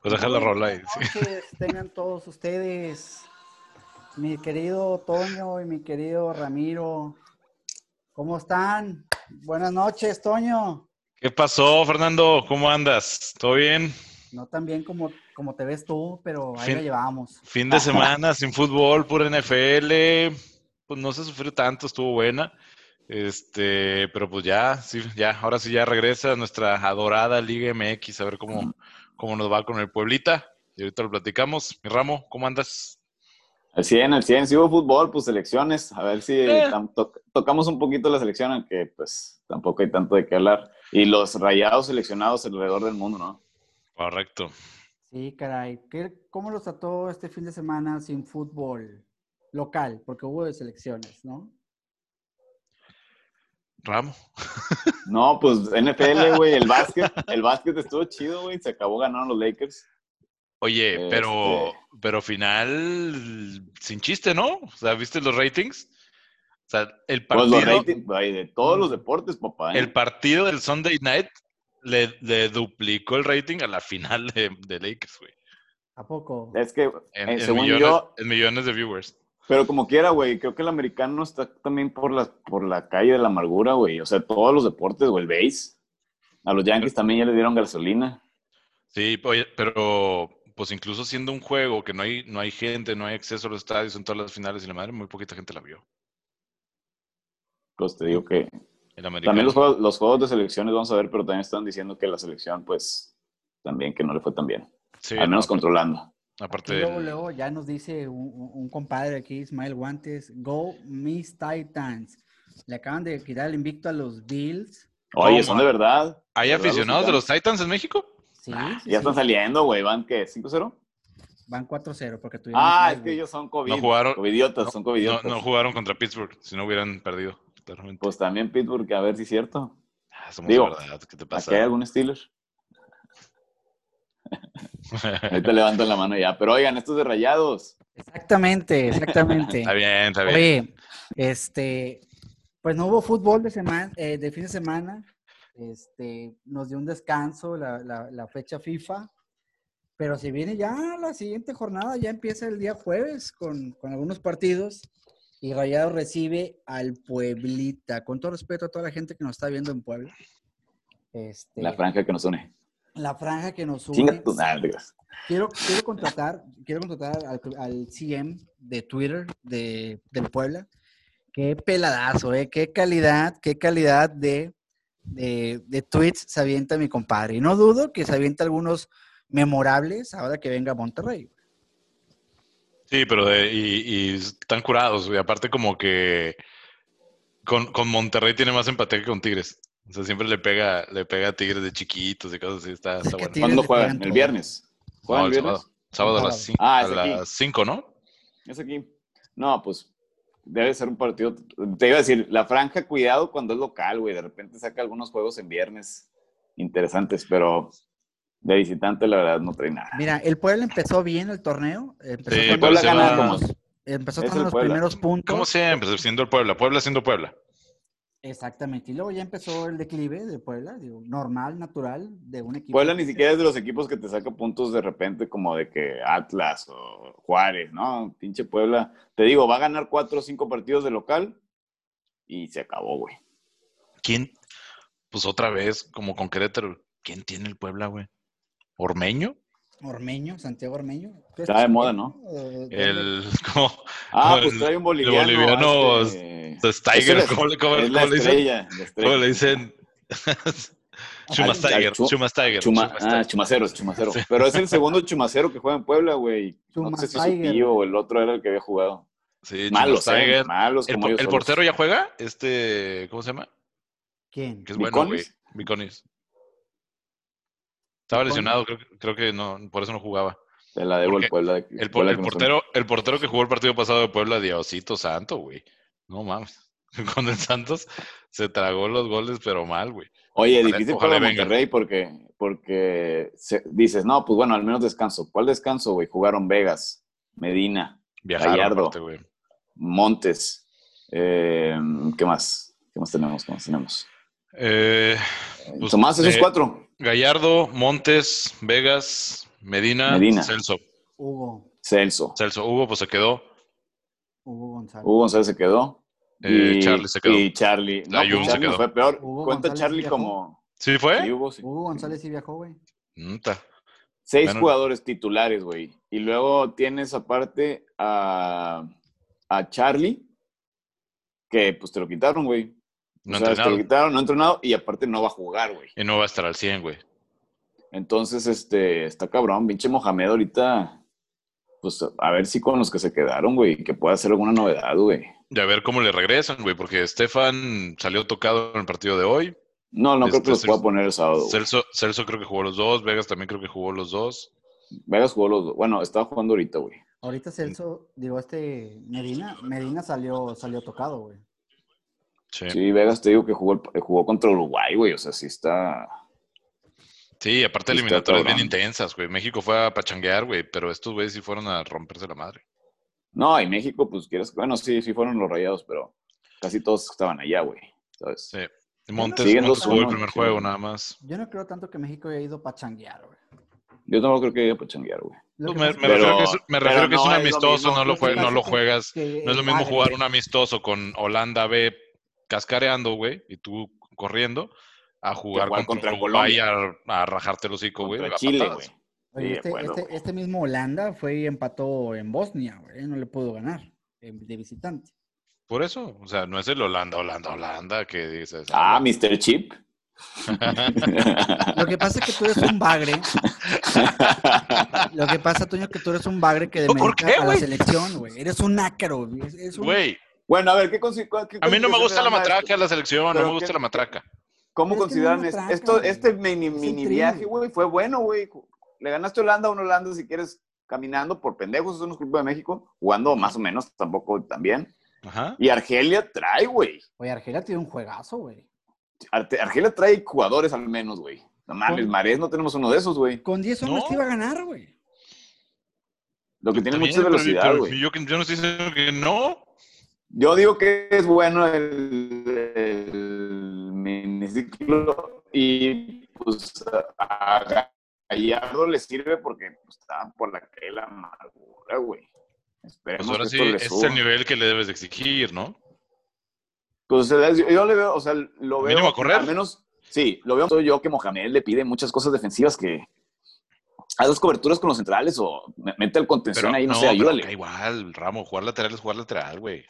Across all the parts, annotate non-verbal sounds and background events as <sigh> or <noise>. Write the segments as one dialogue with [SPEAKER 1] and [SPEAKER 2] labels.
[SPEAKER 1] Pues dejar la rola ahí. sí.
[SPEAKER 2] Buenas noches tengan todos ustedes. Mi querido Toño y mi querido Ramiro. ¿Cómo están? Buenas noches, Toño.
[SPEAKER 1] ¿Qué pasó, Fernando? ¿Cómo andas? ¿Todo bien?
[SPEAKER 2] No tan bien como, como te ves tú, pero ahí
[SPEAKER 1] Fin-
[SPEAKER 2] la llevamos.
[SPEAKER 1] Fin
[SPEAKER 3] Ah.
[SPEAKER 1] de semana sin fútbol, pura NFL. Pues no se sufrió tanto, estuvo buena. Este, pero pues ya, sí, ya, ahora sí ya regresa nuestra adorada Liga MX, a ver cómo, cómo nos va con el Pueblita. Y ahorita lo platicamos. Mi Ramo, ¿cómo andas?
[SPEAKER 3] Al 100, al 100. Si hubo fútbol, pues selecciones. A ver si
[SPEAKER 1] Eh.
[SPEAKER 3] tam- to- tocamos un poquito la selección, aunque pues tampoco hay tanto de qué hablar. Y los rayados seleccionados alrededor del mundo, ¿no?
[SPEAKER 1] Correcto.
[SPEAKER 2] Sí, caray. ¿Qué- ¿Cómo los trató este fin de semana sin fútbol local? Porque hubo de selecciones, ¿no?
[SPEAKER 1] Ramo.
[SPEAKER 3] No, pues NFL, güey, el básquet, el básquet estuvo chido, güey. Se acabó ganando los Lakers.
[SPEAKER 1] Oye, pero,
[SPEAKER 3] Este.
[SPEAKER 1] pero final sin chiste, ¿no? O sea, ¿viste los ratings? O sea, el
[SPEAKER 3] Pues
[SPEAKER 1] partido.
[SPEAKER 3] los ratings, güey, de todos los deportes, papá. ¿eh?
[SPEAKER 1] El partido del Sunday Night le, le duplicó el rating a la final de, de Lakers, güey.
[SPEAKER 2] ¿A poco?
[SPEAKER 3] Es que,
[SPEAKER 1] En,
[SPEAKER 3] eh,
[SPEAKER 1] en
[SPEAKER 3] según
[SPEAKER 1] millones,
[SPEAKER 3] yo,
[SPEAKER 1] en millones de viewers.
[SPEAKER 3] Pero como quiera, güey, creo que el americano está también por la, por la calle de la amargura, güey. O sea, todos los deportes, güey, el base. A los Yankees también ya le dieron gasolina.
[SPEAKER 1] Sí, oye, pero pues incluso siendo un juego que no hay, no hay gente, no hay acceso a los estadios en todas las finales y la madre, muy poquita gente la vio.
[SPEAKER 3] Pues te digo que
[SPEAKER 1] El americano.
[SPEAKER 3] también los juegos, los juegos de selecciones vamos a ver, pero también están diciendo que la selección, pues, también que no le fue tan bien.
[SPEAKER 1] Sí,
[SPEAKER 3] Al menos
[SPEAKER 1] no,
[SPEAKER 3] controlando.
[SPEAKER 1] aparte
[SPEAKER 2] Y
[SPEAKER 1] del-
[SPEAKER 2] luego, luego ya nos dice un, un- un compadre aquí, Ismael Guantes, Go Miss Titans. Le acaban de quitar el invicto a los Bills.
[SPEAKER 3] Oye,
[SPEAKER 1] ¿Cómo?
[SPEAKER 3] son de verdad.
[SPEAKER 1] ¿Hay
[SPEAKER 3] ¿Verdad, los
[SPEAKER 1] aficionados de los Titans en México?
[SPEAKER 2] Sí, sí,
[SPEAKER 3] Ya están
[SPEAKER 2] sí.
[SPEAKER 3] saliendo, güey. ¿Van qué? ¿5-0?
[SPEAKER 2] Van 4-0 porque tuvieron...
[SPEAKER 3] Ah,
[SPEAKER 2] tres,
[SPEAKER 3] es que
[SPEAKER 2] güey.
[SPEAKER 3] ellos son COVID.
[SPEAKER 1] No jugaron-
[SPEAKER 3] Covidiotas, son
[SPEAKER 1] No,
[SPEAKER 3] covidiotas.
[SPEAKER 1] no jugaron contra Pittsburgh, si no hubieran perdido. claramente.
[SPEAKER 3] Pues también Pittsburgh, a ver si es cierto.
[SPEAKER 1] Ah, somos
[SPEAKER 3] digo,
[SPEAKER 1] de verdad, ¿qué te
[SPEAKER 3] ¿Aquí hay
[SPEAKER 1] pasa?
[SPEAKER 3] algún Steelers? Ahorita levantan la mano ya. Pero oigan, estos de rayados. <laughs>
[SPEAKER 2] Exactamente, exactamente.
[SPEAKER 1] <laughs> está bien, está bien.
[SPEAKER 2] Oye, este, pues no hubo fútbol de semana, eh, de fin de semana. Este, nos dio un descanso la, la- la fecha FIFA. Pero si viene ya la siguiente jornada, ya empieza el día jueves con, con algunos partidos. Y Rayado recibe al Pueblita. Con todo respeto a toda la gente que nos está viendo en Puebla. Este,
[SPEAKER 3] La franja que nos une.
[SPEAKER 2] la franja que nos une.
[SPEAKER 3] Chinga tus nalgas.
[SPEAKER 2] Quiero, quiero contratar, quiero contratar al, al CM de Twitter de, del Puebla. Qué peladazo, ¿eh? Qué calidad, qué calidad de, de, de tweets se avienta mi compadre. Y no dudo que se avienta algunos memorables ahora que venga a Monterrey.
[SPEAKER 1] Sí, pero de- y, y están curados, güey. Aparte, como que con, con Monterrey tiene más empatía que con Tigres. O sea, siempre le pega, le pega a Tigres de chiquitos y cosas así. Está,
[SPEAKER 2] Es
[SPEAKER 1] está
[SPEAKER 2] que
[SPEAKER 1] bueno.
[SPEAKER 2] Tigres
[SPEAKER 3] ¿Cuándo
[SPEAKER 2] le
[SPEAKER 3] juegan?
[SPEAKER 2] pegan
[SPEAKER 3] ¿El
[SPEAKER 2] todo.
[SPEAKER 3] viernes?
[SPEAKER 1] No,
[SPEAKER 3] ¿Juegan
[SPEAKER 1] el
[SPEAKER 3] el
[SPEAKER 1] sábado,
[SPEAKER 3] viernes?
[SPEAKER 1] sábado a
[SPEAKER 2] Sábado.
[SPEAKER 1] las 5,
[SPEAKER 3] Ah,
[SPEAKER 1] a
[SPEAKER 3] es aquí.
[SPEAKER 1] las cinco, ¿no?
[SPEAKER 3] Es aquí. No, pues debe ser un partido. Te iba a decir, la franja, cuidado cuando es local, güey. De repente saca algunos juegos en viernes interesantes, pero de visitante, la verdad, no trae nada.
[SPEAKER 2] Mira, el Puebla empezó bien el torneo. Empezó
[SPEAKER 1] Sí,
[SPEAKER 2] estando-
[SPEAKER 1] pero
[SPEAKER 3] Puebla
[SPEAKER 1] se
[SPEAKER 3] gana
[SPEAKER 1] va-
[SPEAKER 3] como-
[SPEAKER 2] empezó estando
[SPEAKER 3] es el
[SPEAKER 2] en los
[SPEAKER 3] Puebla.
[SPEAKER 2] primeros puntos.
[SPEAKER 1] Como siempre, siendo el Puebla. Puebla siendo Puebla.
[SPEAKER 2] Exactamente. Y luego ya empezó el declive de Puebla, digo, normal, natural, de un equipo.
[SPEAKER 3] Puebla ni siquiera es de los equipos que te saca puntos de repente, como de que Atlas o Juárez, ¿no? Pinche Puebla. Te digo, va a ganar cuatro o cinco partidos de local y se acabó, güey.
[SPEAKER 1] ¿Quién? Pues otra vez, como con Querétaro. ¿Quién tiene el Puebla, güey? ¿Ormeño?
[SPEAKER 2] Ormeño, Santiago Ormeño.
[SPEAKER 3] Está de moda, ¿no?
[SPEAKER 2] Eh,
[SPEAKER 1] El. <laughs> como-
[SPEAKER 3] Ah,
[SPEAKER 1] No,
[SPEAKER 3] pues
[SPEAKER 1] el-
[SPEAKER 3] trae un boliviano.
[SPEAKER 1] boliviano
[SPEAKER 3] este,
[SPEAKER 1] Los Tigers,
[SPEAKER 3] es el-
[SPEAKER 1] ¿cómo, le- cómo-
[SPEAKER 3] es la
[SPEAKER 1] cómo le dicen?
[SPEAKER 3] estrella, la estrella.
[SPEAKER 1] ¿Cómo le dicen? <laughs> Chumas
[SPEAKER 3] Al- al
[SPEAKER 1] Tiger,
[SPEAKER 3] Chu-
[SPEAKER 1] Chumas Tiger.
[SPEAKER 3] Chuma-
[SPEAKER 1] Chumas
[SPEAKER 3] ah, chumacero, es chumacero. Pero es el segundo chumacero que juega en Puebla, güey. No sé si su
[SPEAKER 2] Chumatiger.
[SPEAKER 3] tío o el otro era el que había jugado.
[SPEAKER 1] Sí,
[SPEAKER 3] Malos,
[SPEAKER 1] Chumas
[SPEAKER 3] eh,
[SPEAKER 1] Tiger.
[SPEAKER 3] malos
[SPEAKER 1] El,
[SPEAKER 3] como
[SPEAKER 1] po-
[SPEAKER 3] ellos
[SPEAKER 1] el
[SPEAKER 3] solos.
[SPEAKER 1] portero ya juega, este, ¿cómo se llama?
[SPEAKER 2] ¿Quién?
[SPEAKER 1] Que es bueno, güey.
[SPEAKER 3] ¿Viconis?
[SPEAKER 1] Viconis. Estaba lesionado, creo, que- creo que no, por eso no jugaba.
[SPEAKER 3] Te la debo
[SPEAKER 1] Porque
[SPEAKER 3] el Puebla. de-
[SPEAKER 1] El, po-
[SPEAKER 3] Puebla
[SPEAKER 1] el
[SPEAKER 3] que nos une.
[SPEAKER 1] portero, el portero que jugó el partido pasado de Puebla, Diosito Santo, güey. No mames. <laughs> Con el Santos se tragó los goles, pero mal, güey.
[SPEAKER 3] Oye,
[SPEAKER 1] Ojalá-
[SPEAKER 3] difícil
[SPEAKER 1] ojalá
[SPEAKER 3] para
[SPEAKER 1] venga.
[SPEAKER 3] Monterrey porque, porque se- dices, no, pues bueno, al menos descanso. ¿Cuál descanso, güey? Jugaron Vegas, Medina,
[SPEAKER 1] Viajaron,
[SPEAKER 3] Gallardo.
[SPEAKER 1] aparte, güey.
[SPEAKER 3] Montes. eh, ¿Qué más? ¿Qué más tenemos? ¿Qué más tenemos?
[SPEAKER 1] Eh, Pues,
[SPEAKER 3] Tomás, esos
[SPEAKER 1] eh,
[SPEAKER 3] cuatro.
[SPEAKER 1] Gallardo, Montes, Vegas, Medina,
[SPEAKER 3] Medina.
[SPEAKER 1] Celso.
[SPEAKER 2] Hugo,
[SPEAKER 3] Celso.
[SPEAKER 1] Celso, Hugo, pues se quedó.
[SPEAKER 2] Hugo González.
[SPEAKER 3] Hugo González se quedó.
[SPEAKER 1] Eh, Charlie se quedó.
[SPEAKER 3] Y Charlie. No,
[SPEAKER 1] Ayun se
[SPEAKER 3] pues Charlie
[SPEAKER 1] quedó. ¿Eh?
[SPEAKER 3] fue peor.
[SPEAKER 2] Hugo
[SPEAKER 3] Cuenta
[SPEAKER 2] González
[SPEAKER 3] Charlie
[SPEAKER 2] viajó.
[SPEAKER 3] como.
[SPEAKER 1] ¿Sí fue?
[SPEAKER 3] Sí, Hugo, sí.
[SPEAKER 2] Hugo González sí viajó, güey.
[SPEAKER 1] Nta.
[SPEAKER 3] Seis
[SPEAKER 1] Bueno.
[SPEAKER 3] jugadores titulares, güey. Y luego tienes aparte a, a Charlie, que pues te lo quitaron, güey.
[SPEAKER 1] No
[SPEAKER 3] O sea, te lo
[SPEAKER 1] entrenaron.
[SPEAKER 3] quitaron, no ha entrenado y aparte no va a jugar, güey.
[SPEAKER 1] Y no va a estar al 100, güey.
[SPEAKER 3] Entonces, este, está cabrón, pinche Mohamed ahorita. Pues a ver si con los que se quedaron, güey, que pueda hacer alguna novedad, güey.
[SPEAKER 1] Y a ver cómo le regresan, güey, porque Estefan salió tocado en el partido de hoy.
[SPEAKER 3] No, no creo
[SPEAKER 1] Este,
[SPEAKER 3] que los
[SPEAKER 1] Celso-
[SPEAKER 3] pueda poner el sábado. güey.
[SPEAKER 1] Celso, Celso creo que jugó los dos, Vegas también creo que jugó los dos.
[SPEAKER 3] Vegas jugó los dos. Bueno, estaba jugando ahorita, güey.
[SPEAKER 2] Ahorita Celso, digo, este Medina, Medina salió, salió tocado, güey.
[SPEAKER 1] Sí. sí.
[SPEAKER 3] Sí, Vegas te digo que jugó, el- jugó contra Uruguay, güey. O sea, sí está.
[SPEAKER 1] y aparte
[SPEAKER 3] Está
[SPEAKER 1] eliminatorias bien
[SPEAKER 3] cabrón.
[SPEAKER 1] intensas, güey. México fue a pachanguear, güey, pero estos güeyes sí fueron a romperse la madre.
[SPEAKER 3] No, y México, pues quieres. Bueno, sí, sí fueron los rayados, pero casi todos estaban allá, güey. ¿Sabes?
[SPEAKER 1] Sí. Montes,
[SPEAKER 3] Siguen
[SPEAKER 1] Montes jugó el
[SPEAKER 3] 2-1,
[SPEAKER 1] primer
[SPEAKER 3] sí.
[SPEAKER 1] juego nada más.
[SPEAKER 2] Yo no creo tanto que México haya ido para changuear, güey.
[SPEAKER 3] Yo tampoco creo que haya para changuear, güey.
[SPEAKER 2] Lo que
[SPEAKER 1] Pues me,
[SPEAKER 2] pasa
[SPEAKER 1] me
[SPEAKER 3] Pero-
[SPEAKER 1] refiero que es, me refiero
[SPEAKER 3] pero
[SPEAKER 1] que es un
[SPEAKER 3] no es lo
[SPEAKER 1] amistoso,
[SPEAKER 3] mismo.
[SPEAKER 1] no lo,
[SPEAKER 2] que
[SPEAKER 1] jue- no
[SPEAKER 2] pasa
[SPEAKER 1] lo
[SPEAKER 2] que-
[SPEAKER 1] juegas.
[SPEAKER 2] que
[SPEAKER 1] No es lo
[SPEAKER 2] el
[SPEAKER 1] mismo
[SPEAKER 2] Zagreb-
[SPEAKER 1] jugar un amistoso con Holanda B cascareando, güey, y tú corriendo, a jugar
[SPEAKER 3] jugar
[SPEAKER 1] contra,
[SPEAKER 3] contra
[SPEAKER 1] Uruguay a, a rajarte el hocico, güey.
[SPEAKER 3] Contra
[SPEAKER 1] a
[SPEAKER 3] Chile,
[SPEAKER 1] patadas.
[SPEAKER 3] güey.
[SPEAKER 2] Oye,
[SPEAKER 3] Sí, de
[SPEAKER 2] este,
[SPEAKER 3] acuerdo,
[SPEAKER 2] este-
[SPEAKER 3] güey.
[SPEAKER 2] este mismo Holanda fue y empató en Bosnia, güey. No le pudo ganar eh, de visitante.
[SPEAKER 1] Por eso, o sea, no es el Holanda, Holanda, Holanda que dices.
[SPEAKER 3] Ah,
[SPEAKER 1] ah,
[SPEAKER 3] Mr.
[SPEAKER 1] <laughs>
[SPEAKER 3] Chip.
[SPEAKER 2] Lo que pasa es que tú eres un bagre. Lo que pasa, Toño, que tú eres un bagre que
[SPEAKER 1] ¿Por
[SPEAKER 2] demerita
[SPEAKER 1] qué,
[SPEAKER 2] a la
[SPEAKER 1] güey?
[SPEAKER 2] selección, güey. Eres un ácaro, güey. Eres- eres un-
[SPEAKER 1] Güey,
[SPEAKER 3] bueno, a ver, ¿qué consigo?
[SPEAKER 1] a mí no me gusta la matraca de la selección, no
[SPEAKER 3] Pero
[SPEAKER 1] me gusta
[SPEAKER 3] qué-
[SPEAKER 1] la matraca.
[SPEAKER 3] ¿Cómo
[SPEAKER 2] Pero es que no
[SPEAKER 3] consideran
[SPEAKER 2] lo
[SPEAKER 3] esto?
[SPEAKER 2] sacan,
[SPEAKER 3] esto?
[SPEAKER 2] güey.
[SPEAKER 3] Este mini,
[SPEAKER 2] un
[SPEAKER 3] mini
[SPEAKER 2] trío.
[SPEAKER 3] viaje, güey, fue bueno, güey. Le ganaste a Holanda a un Holanda si quieres caminando por pendejos, eso no es culpa de México. Jugando más o menos tampoco también.
[SPEAKER 1] Ajá.
[SPEAKER 3] Y Argelia trae, güey.
[SPEAKER 2] Oye, Argelia tiene un juegazo, güey.
[SPEAKER 3] Arte- Argelia trae jugadores al menos, güey. No mames,
[SPEAKER 2] Con-
[SPEAKER 3] Marés no tenemos uno de esos, güey.
[SPEAKER 2] Con 10 hombres
[SPEAKER 1] No.
[SPEAKER 2] te iba a ganar, güey.
[SPEAKER 3] Lo que tiene
[SPEAKER 1] También,
[SPEAKER 3] mucha
[SPEAKER 1] pero-
[SPEAKER 3] velocidad,
[SPEAKER 1] pero
[SPEAKER 3] güey.
[SPEAKER 1] Yo, que- yo no estoy diciendo que no. pues
[SPEAKER 3] Yo digo que es bueno el, el miniciclo y pues a Gallardo le sirve porque pues, está por la que la amargura, güey. Esperemos
[SPEAKER 1] Pues ahora
[SPEAKER 3] que
[SPEAKER 1] sí,
[SPEAKER 3] esto le
[SPEAKER 1] es
[SPEAKER 3] suba.
[SPEAKER 1] el nivel que le debes de exigir, ¿no?
[SPEAKER 3] Pues o sea, yo, yo le veo, o sea, lo veo.
[SPEAKER 1] Mínimo a correr.
[SPEAKER 3] Al menos, sí, lo veo yo que Mohamed le pide muchas cosas defensivas que haz las coberturas con los centrales o me- mete el contención
[SPEAKER 1] Pero
[SPEAKER 3] ahí, no,
[SPEAKER 1] no,
[SPEAKER 3] sé,
[SPEAKER 1] pero
[SPEAKER 3] ayúdale.
[SPEAKER 1] acá igual, Ramo, jugar lateral es jugar lateral, güey.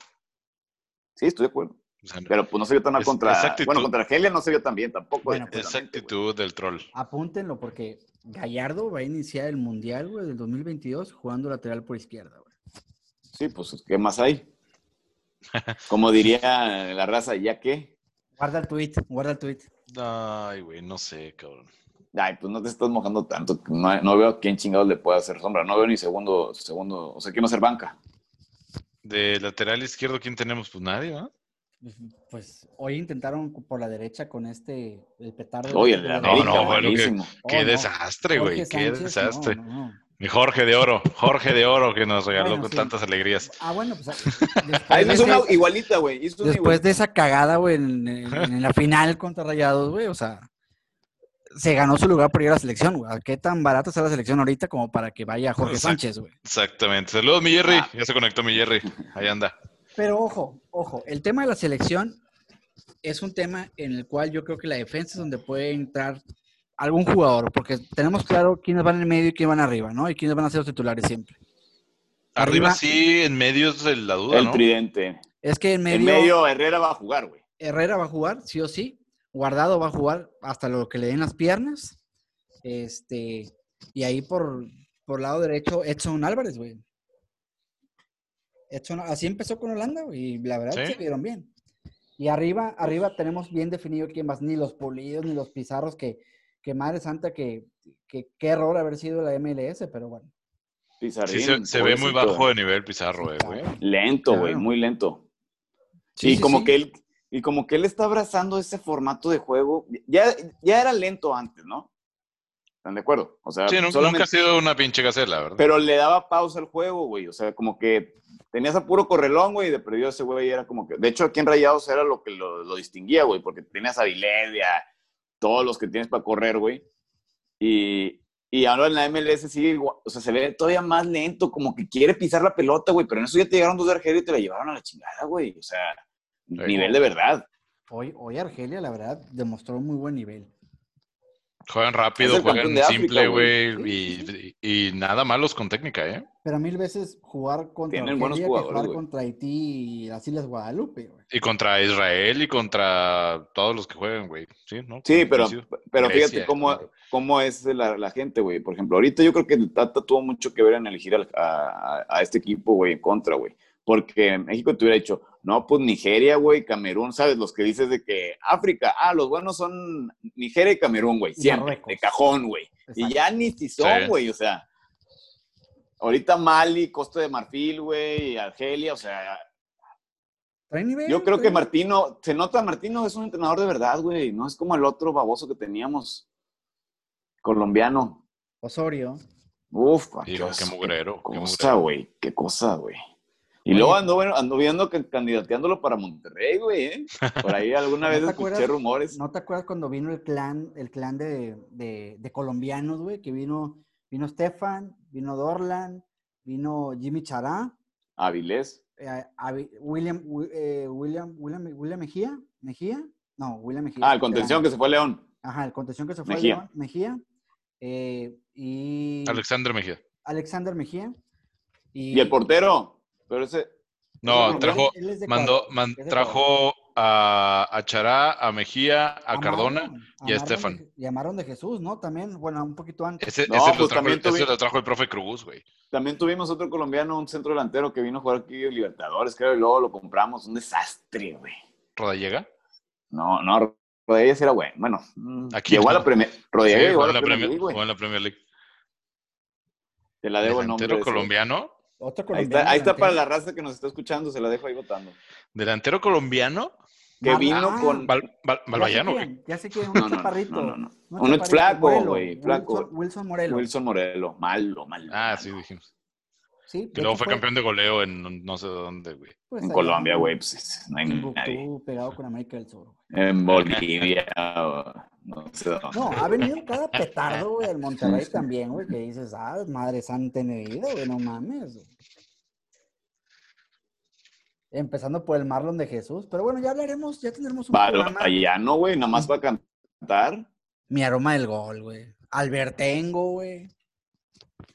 [SPEAKER 3] Sí, estoy de acuerdo.
[SPEAKER 1] O sea,
[SPEAKER 3] Pero pues no se vio tan mal
[SPEAKER 1] Es-
[SPEAKER 3] contra.
[SPEAKER 1] esa actitud-
[SPEAKER 3] Bueno, contra Argelia no se vio tan bien tampoco.
[SPEAKER 2] Bueno, pues,
[SPEAKER 1] esa
[SPEAKER 3] defensivamente, güey.
[SPEAKER 1] actitud del troll.
[SPEAKER 2] Apúntenlo porque Gallardo va a iniciar el Mundial, güey, del 2022 jugando lateral por izquierda, güey.
[SPEAKER 3] Sí, pues, ¿qué más hay?
[SPEAKER 1] <laughs>
[SPEAKER 3] Como diría la raza, ¿ya qué?
[SPEAKER 2] Guarda el tweet, guarda el tweet.
[SPEAKER 1] Ay, güey, no sé, cabrón.
[SPEAKER 3] Ay, pues no te estás mojando tanto. No, no veo a quién chingados le puede hacer sombra. No veo ni segundo, segundo. O sea, ¿quién va a ser banca?
[SPEAKER 1] De lateral izquierdo, ¿quién tenemos? Pues nadie, ¿no?
[SPEAKER 2] Pues hoy intentaron por la derecha con este, el petardo.
[SPEAKER 3] Oye, el de
[SPEAKER 2] de-
[SPEAKER 3] América,
[SPEAKER 1] no, güey, lo que-
[SPEAKER 3] buenísimo.
[SPEAKER 1] qué
[SPEAKER 2] Oh, no.
[SPEAKER 1] desastre,
[SPEAKER 2] Jorge
[SPEAKER 1] güey, qué
[SPEAKER 2] Sánchez, no,
[SPEAKER 1] desastre.
[SPEAKER 2] no, no.
[SPEAKER 1] Mi Jorge de Oro, Jorge de Oro que nos regaló
[SPEAKER 2] Bueno,
[SPEAKER 1] con
[SPEAKER 2] sí.
[SPEAKER 1] tantas alegrías.
[SPEAKER 2] Ah,
[SPEAKER 1] <laughs>
[SPEAKER 2] bueno, pues después,
[SPEAKER 3] Ahí
[SPEAKER 2] de,
[SPEAKER 3] hizo una
[SPEAKER 2] ese-
[SPEAKER 3] igualita, güey. Hizo una
[SPEAKER 2] después
[SPEAKER 3] igualita.
[SPEAKER 2] de esa cagada, güey, en, en- en la final contra Rayados, güey, o sea, se ganó su lugar por ir a la selección, güey. ¿Qué tan barata está la selección ahorita como para que vaya Jorge
[SPEAKER 1] Exacto.
[SPEAKER 2] Sánchez, güey?
[SPEAKER 1] Exactamente. Saludos, mi Jerry.
[SPEAKER 3] Ah.
[SPEAKER 1] Ya se conectó mi Jerry. Ahí anda.
[SPEAKER 2] Pero ojo, ojo, el tema de la selección es un tema en el cual yo creo que la defensa es donde puede entrar algún jugador, porque tenemos claro quiénes van en medio y quiénes van arriba, ¿no? Y quiénes van a ser los titulares siempre.
[SPEAKER 1] Arriba
[SPEAKER 2] Arriba.
[SPEAKER 1] sí, en medio es el- la duda,
[SPEAKER 3] El
[SPEAKER 1] ¿no?
[SPEAKER 3] tridente.
[SPEAKER 2] Es que en medio,
[SPEAKER 3] En medio, Herrera va a jugar, güey.
[SPEAKER 2] Herrera va a jugar, sí o sí. Guardado va a jugar hasta lo que le den las piernas. Este, y ahí por, por lado derecho, Edson Álvarez, güey. Edson, así empezó con Holanda, güey, y la verdad
[SPEAKER 1] Sí.
[SPEAKER 2] se vieron bien. Y arriba, arriba tenemos bien definido quién más, ni los pulidos, ni los pizarros, que, que madre santa, que, que qué error haber sido la MLS, pero bueno.
[SPEAKER 3] Pizarrín.
[SPEAKER 1] Sí, se, se ve muy
[SPEAKER 3] pobrecito.
[SPEAKER 1] bajo de nivel Pizarro, eh, güey.
[SPEAKER 2] Claro.
[SPEAKER 3] Lento, güey.
[SPEAKER 2] Claro.
[SPEAKER 3] Muy lento.
[SPEAKER 2] Sí,
[SPEAKER 3] y
[SPEAKER 2] sí,
[SPEAKER 3] como
[SPEAKER 2] sí.
[SPEAKER 3] que él y como que él está abrazando ese formato de juego. Ya, ya era lento antes, ¿no? ¿Están de acuerdo? O sea,
[SPEAKER 1] Sí, nu-
[SPEAKER 3] Ah, solamente-
[SPEAKER 1] nunca ha sido una pinche gacela, ¿verdad?
[SPEAKER 3] pero le daba pausa al juego, güey. O sea, como que tenías a puro correlón, güey, y de perdido ese güey era como que. De hecho, aquí en Rayados era lo que lo, lo distinguía, güey, porque tenías a Viledia, todos los que tienes para correr, güey. Y, Y ahora en la MLS sí, o sea, se ve todavía más lento, como que quiere pisar la pelota, güey. Pero en eso ya te llegaron dos de Argelia y te la llevaron a la chingada, güey. O sea, nivel de verdad.
[SPEAKER 2] Hoy, hoy Argelia, la verdad, demostró un muy buen nivel.
[SPEAKER 1] Juegan
[SPEAKER 3] Es
[SPEAKER 1] rápido,
[SPEAKER 3] el campeón
[SPEAKER 1] juegan
[SPEAKER 3] de África,
[SPEAKER 1] simple,
[SPEAKER 3] güey.
[SPEAKER 1] güey. Y, y- y nada malos con técnica, ¿eh?
[SPEAKER 2] Pero mil veces jugar contra
[SPEAKER 3] Tienen buenos
[SPEAKER 2] Argelia que
[SPEAKER 3] jugadores,
[SPEAKER 2] jugar
[SPEAKER 3] güey.
[SPEAKER 2] contra Haití y las Islas Guadalupe, güey.
[SPEAKER 1] Y contra Israel y contra todos los que juegan, güey. Sí, ¿no?
[SPEAKER 3] Sí, pero,
[SPEAKER 1] Coincido.
[SPEAKER 3] pero fíjate
[SPEAKER 1] Grecia,
[SPEAKER 3] cómo,
[SPEAKER 1] claro.
[SPEAKER 3] cómo es la, la gente, güey. Por ejemplo, ahorita yo creo que el Tata tuvo mucho que ver en elegir al- a, a- a este equipo, güey, en contra, güey. Porque México te hubiera dicho, no, pues Nigeria, güey, Camerún, ¿sabes? Los que dices de que África, ah, los buenos son Nigeria y Camerún, güey,
[SPEAKER 2] Y
[SPEAKER 3] siempre,
[SPEAKER 2] Marruecos.
[SPEAKER 3] de cajón, güey. Y
[SPEAKER 2] Exacto.
[SPEAKER 3] ya ni si
[SPEAKER 1] Sí.
[SPEAKER 3] son, güey, o sea. Ahorita Mali, Costa de Marfil, güey, Argelia, o sea,
[SPEAKER 2] Trae nivel,
[SPEAKER 3] yo creo
[SPEAKER 2] trae
[SPEAKER 3] que
[SPEAKER 2] nivel.
[SPEAKER 3] Martino, se nota, Martino es un entrenador de verdad, güey. No es como el otro baboso que teníamos, colombiano.
[SPEAKER 2] Osorio.
[SPEAKER 3] Uf,
[SPEAKER 1] Hijo,
[SPEAKER 3] Dios,
[SPEAKER 1] qué mugrero.
[SPEAKER 3] Qué
[SPEAKER 1] qué
[SPEAKER 3] cosa,
[SPEAKER 1] mugrero.
[SPEAKER 3] güey. Qué cosa, güey. Y
[SPEAKER 2] Oye.
[SPEAKER 3] luego ando, bueno, ando viendo que candidateándolo para Monterrey, güey. ¿eh? Por ahí alguna
[SPEAKER 2] ¿No
[SPEAKER 3] vez
[SPEAKER 2] te
[SPEAKER 3] escuché
[SPEAKER 2] acuerdas?
[SPEAKER 3] rumores.
[SPEAKER 2] ¿No te acuerdas cuando vino el clan, el clan de, de- de colombianos, güey? Que vino, vino Stefan, vino Dorlan, vino Jimmy Chará,
[SPEAKER 3] Avilés.
[SPEAKER 2] eh, Avi- William, Wi- eh, William, William, William Mejía, Mejía, no, William Mejía.
[SPEAKER 3] Ah, el
[SPEAKER 2] contención
[SPEAKER 3] contención que se fue a León.
[SPEAKER 2] Ajá, el contención que se fue a
[SPEAKER 3] Mejía.
[SPEAKER 2] León, Mejía. eh, y
[SPEAKER 1] Alexander Mejía.
[SPEAKER 2] Alexander Mejía.
[SPEAKER 3] Y el portero. Pero ese.
[SPEAKER 1] No,
[SPEAKER 2] Él-
[SPEAKER 1] trajo,
[SPEAKER 2] él es de
[SPEAKER 1] mandó,
[SPEAKER 2] Ecuador,
[SPEAKER 1] man-
[SPEAKER 2] es de Ecuador.
[SPEAKER 1] trajo a, a Chará, a Mejía, a Cardona.
[SPEAKER 2] Marlon,
[SPEAKER 1] y a
[SPEAKER 2] Marlon
[SPEAKER 1] Estefan.
[SPEAKER 2] de- y a Marlon de Jesús, ¿no? También, bueno, un poquito antes.
[SPEAKER 1] Ese,
[SPEAKER 3] No,
[SPEAKER 1] ese lo
[SPEAKER 3] pues
[SPEAKER 1] trajo, el-
[SPEAKER 3] también tuvi-
[SPEAKER 1] ese lo trajo el profe Cruz, güey.
[SPEAKER 3] También tuvimos otro colombiano, un centro delantero que vino a jugar aquí en Libertadores, creo, y luego lo compramos. Un desastre, güey.
[SPEAKER 1] Rodallega.
[SPEAKER 3] No, no, Rodríguez era bueno. Bueno, mm,
[SPEAKER 1] Aquí
[SPEAKER 3] llegó a
[SPEAKER 1] no.
[SPEAKER 3] la Premier.
[SPEAKER 1] Sí,
[SPEAKER 3] Rodríguez llegó
[SPEAKER 1] jugó
[SPEAKER 3] a
[SPEAKER 1] en la
[SPEAKER 3] la Premier
[SPEAKER 1] Premier
[SPEAKER 3] League, güey.
[SPEAKER 1] jugó en la Premier League.
[SPEAKER 3] Te la debo el nombre.
[SPEAKER 1] Delantero
[SPEAKER 3] de ese.
[SPEAKER 1] colombiano.
[SPEAKER 2] Otro
[SPEAKER 3] Ahí
[SPEAKER 2] colombiano.
[SPEAKER 3] está, ahí está
[SPEAKER 2] delantero.
[SPEAKER 3] para la raza que nos está escuchando, se la dejo ahí votando.
[SPEAKER 1] Delantero colombiano.
[SPEAKER 3] Que
[SPEAKER 2] Mar-
[SPEAKER 3] vino
[SPEAKER 2] Ah, este
[SPEAKER 3] con.
[SPEAKER 1] Val- Val-
[SPEAKER 2] ya sé
[SPEAKER 1] Valvallano, güey.
[SPEAKER 2] quién, Ya sé que un
[SPEAKER 3] No, no, no,
[SPEAKER 2] chaparrito.
[SPEAKER 3] no, no, no.
[SPEAKER 2] un
[SPEAKER 3] Uno
[SPEAKER 2] chaparrito,
[SPEAKER 3] flaco,
[SPEAKER 2] Morelo,
[SPEAKER 3] güey, flaco.
[SPEAKER 2] Wilson, Wilson Morelo.
[SPEAKER 3] Wilson Morelo, malo, malo.
[SPEAKER 1] Ah,
[SPEAKER 3] malo.
[SPEAKER 1] sí,
[SPEAKER 2] Pues
[SPEAKER 1] dijimos.
[SPEAKER 2] Sí, de
[SPEAKER 1] Que luego
[SPEAKER 2] hecho
[SPEAKER 1] fue campeón de goleo en no- no sé dónde, güey.
[SPEAKER 2] pues,
[SPEAKER 3] En
[SPEAKER 2] allá
[SPEAKER 3] Colombia, güey, pues es- no hay nadie.
[SPEAKER 2] Timbuktu, pegado con América del Sur. güey.
[SPEAKER 3] En Bolivia, o no sé dónde.
[SPEAKER 2] No, ha venido cada petardo, güey, al
[SPEAKER 3] <laughs>
[SPEAKER 2] Monterrey también, güey, que dices, ah, madre santa en mi vida, güey, no mames. güey. Empezando por el Marlon de Jesús, pero bueno, ya hablaremos, ya tendremos un programa.
[SPEAKER 3] Barbayano, güey, nada más va a cantar.
[SPEAKER 2] Mi aroma del gol, güey. Albertengo, güey.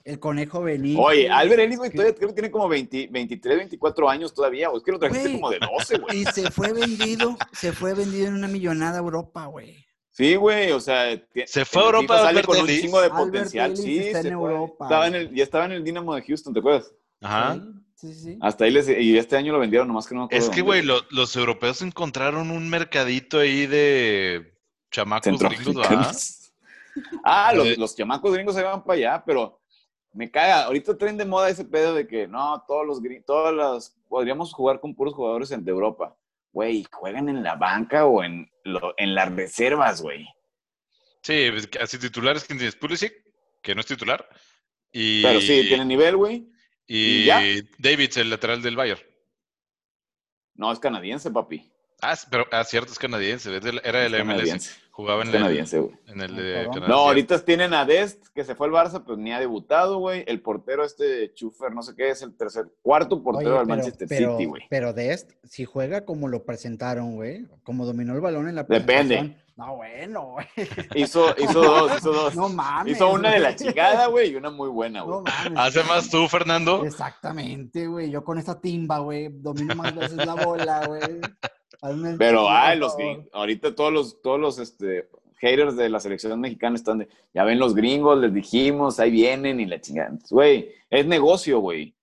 [SPEAKER 2] El conejo Benítez.
[SPEAKER 3] Oye, Albert Ellis, güey, todavía creo que tiene como 20, 23, 24 años todavía, o es que lo trajiste
[SPEAKER 2] Güey.
[SPEAKER 3] como de 12, güey.
[SPEAKER 2] Y se fue vendido, se fue vendido en una millonada a Europa, güey.
[SPEAKER 3] Sí, güey, o sea, ti-
[SPEAKER 1] Se fue a
[SPEAKER 3] en el
[SPEAKER 1] Europa
[SPEAKER 3] FIFA
[SPEAKER 1] Albert
[SPEAKER 3] sale con un
[SPEAKER 1] Ellis.
[SPEAKER 3] chingo de
[SPEAKER 2] Albert
[SPEAKER 3] potencial,
[SPEAKER 2] Ellis
[SPEAKER 3] sí,
[SPEAKER 2] está en
[SPEAKER 3] se fue.
[SPEAKER 2] Europa.
[SPEAKER 3] Estaba en el, ya estaba en el Dinamo de Houston, ¿te acuerdas?
[SPEAKER 1] Ajá.
[SPEAKER 2] Sí, sí, sí.
[SPEAKER 3] Hasta ahí les, y este año lo vendieron, nomás que no me acuerdo
[SPEAKER 1] Ah. Es que, güey,
[SPEAKER 3] dónde.
[SPEAKER 1] lo- los europeos encontraron un mercadito ahí de chamacos gringos, ¿verdad?
[SPEAKER 3] Centroamericanos. <laughs> Ah, los,
[SPEAKER 1] Eh.
[SPEAKER 3] los chamacos gringos se van para allá, pero me caga. Ahorita traen de moda ese pedo de que no, todos los gringos, todas las, podríamos jugar con puros jugadores en- de Europa. Güey, juegan en la banca o en, lo- en las reservas, güey.
[SPEAKER 1] Sí, pues, que así titulares que tienes Pulisic, que no es titular. Y,
[SPEAKER 3] Pero sí, tienen nivel, güey.
[SPEAKER 1] y
[SPEAKER 3] ¿y ya?
[SPEAKER 1] Davids, el lateral del Bayern.
[SPEAKER 3] No, es canadiense, papi.
[SPEAKER 1] Ah, sí, pero ah, cierto, es canadiense, es del- era
[SPEAKER 3] Es
[SPEAKER 1] del MLS.
[SPEAKER 3] canadiense.
[SPEAKER 1] Jugaba
[SPEAKER 3] Es
[SPEAKER 1] en el,
[SPEAKER 3] canadiense, güey.
[SPEAKER 1] en el
[SPEAKER 2] En
[SPEAKER 1] de
[SPEAKER 2] Toronto.
[SPEAKER 1] Canadá.
[SPEAKER 3] No, ahorita tienen a Dest, que se fue al Barça, pues ni ha debutado, güey. El portero este, Chufer, no sé qué, es el tercer, cuarto portero
[SPEAKER 2] Oye,
[SPEAKER 3] del Manchester
[SPEAKER 2] pero,
[SPEAKER 3] City, güey.
[SPEAKER 2] Pero Dest, si juega como lo presentaron, güey, como dominó el balón en la
[SPEAKER 3] Depende.
[SPEAKER 2] presentación. No, bueno, güey.
[SPEAKER 3] Hizo, hizo dos, hizo
[SPEAKER 2] <laughs>
[SPEAKER 3] dos.
[SPEAKER 2] No mames.
[SPEAKER 3] Hizo una de la
[SPEAKER 2] las
[SPEAKER 3] chingada, güey, y una muy buena, güey.
[SPEAKER 2] No mames.
[SPEAKER 1] Hace más tú, Fernando.
[SPEAKER 2] Exactamente, güey. Yo con esta timba, güey, domino más veces la bola, güey. Hazme el
[SPEAKER 3] Pero,
[SPEAKER 2] favor, por
[SPEAKER 3] ay, los
[SPEAKER 2] favor.
[SPEAKER 3] gringos. Ahorita todos los, todos los este, haters de la selección mexicana están de. Ya ven los gringos, les dijimos, ahí vienen y la chingada. Güey, es negocio, güey.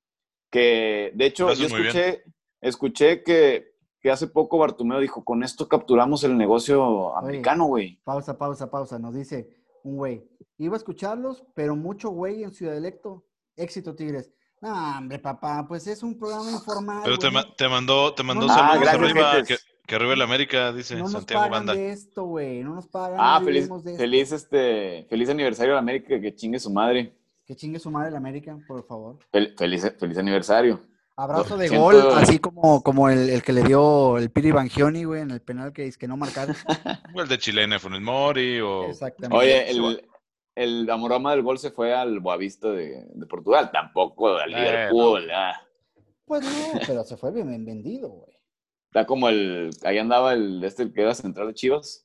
[SPEAKER 3] Que, de hecho,
[SPEAKER 1] Lo
[SPEAKER 3] yo
[SPEAKER 1] hacen muy bien.
[SPEAKER 3] escuché, escuché que, que hace poco Bartomeo dijo: con esto capturamos el negocio americano, güey.
[SPEAKER 2] Pausa, pausa, pausa. Nos dice un güey. Iba a escucharlos, pero mucho güey en Ciudad Electo. Éxito, Tigres. No, hombre, papá, pues es un programa informal.
[SPEAKER 1] Pero te,
[SPEAKER 2] güey, no-
[SPEAKER 1] ma- te mandó, te mandó
[SPEAKER 2] No, no,
[SPEAKER 1] saludos
[SPEAKER 2] Ah, gracias,
[SPEAKER 1] arriba, que,
[SPEAKER 3] gentes.
[SPEAKER 1] que arriba el América, dice
[SPEAKER 2] no nos
[SPEAKER 1] Santiago
[SPEAKER 2] pagan
[SPEAKER 1] Banda.
[SPEAKER 2] de esto, güey. No nos pagan.
[SPEAKER 3] Ah,
[SPEAKER 2] no
[SPEAKER 3] feliz,
[SPEAKER 2] vivimos de esto.
[SPEAKER 3] feliz, este, feliz aniversario a la América, que chingue su madre.
[SPEAKER 2] Que chingue su madre la América, por favor.
[SPEAKER 3] Fel- feliz, feliz aniversario.
[SPEAKER 2] Abrazo de
[SPEAKER 3] Siento-
[SPEAKER 2] gol, así como, como el, el que le dio el Piri Bangioni,
[SPEAKER 1] <laughs>
[SPEAKER 2] güey, en el penal que dice que no marcar.
[SPEAKER 1] O el de Chilena, Funes Mori, o
[SPEAKER 2] Exactamente.
[SPEAKER 3] Oye,
[SPEAKER 1] Sí,
[SPEAKER 3] el, el amorama del gol se fue al Boavista de, de Portugal, tampoco al
[SPEAKER 1] Bueno.
[SPEAKER 3] Liverpool. ah.
[SPEAKER 2] Pues no, pero se fue bien bien vendido, güey.
[SPEAKER 3] Está como el, ahí andaba el, este el que era central de Chivas.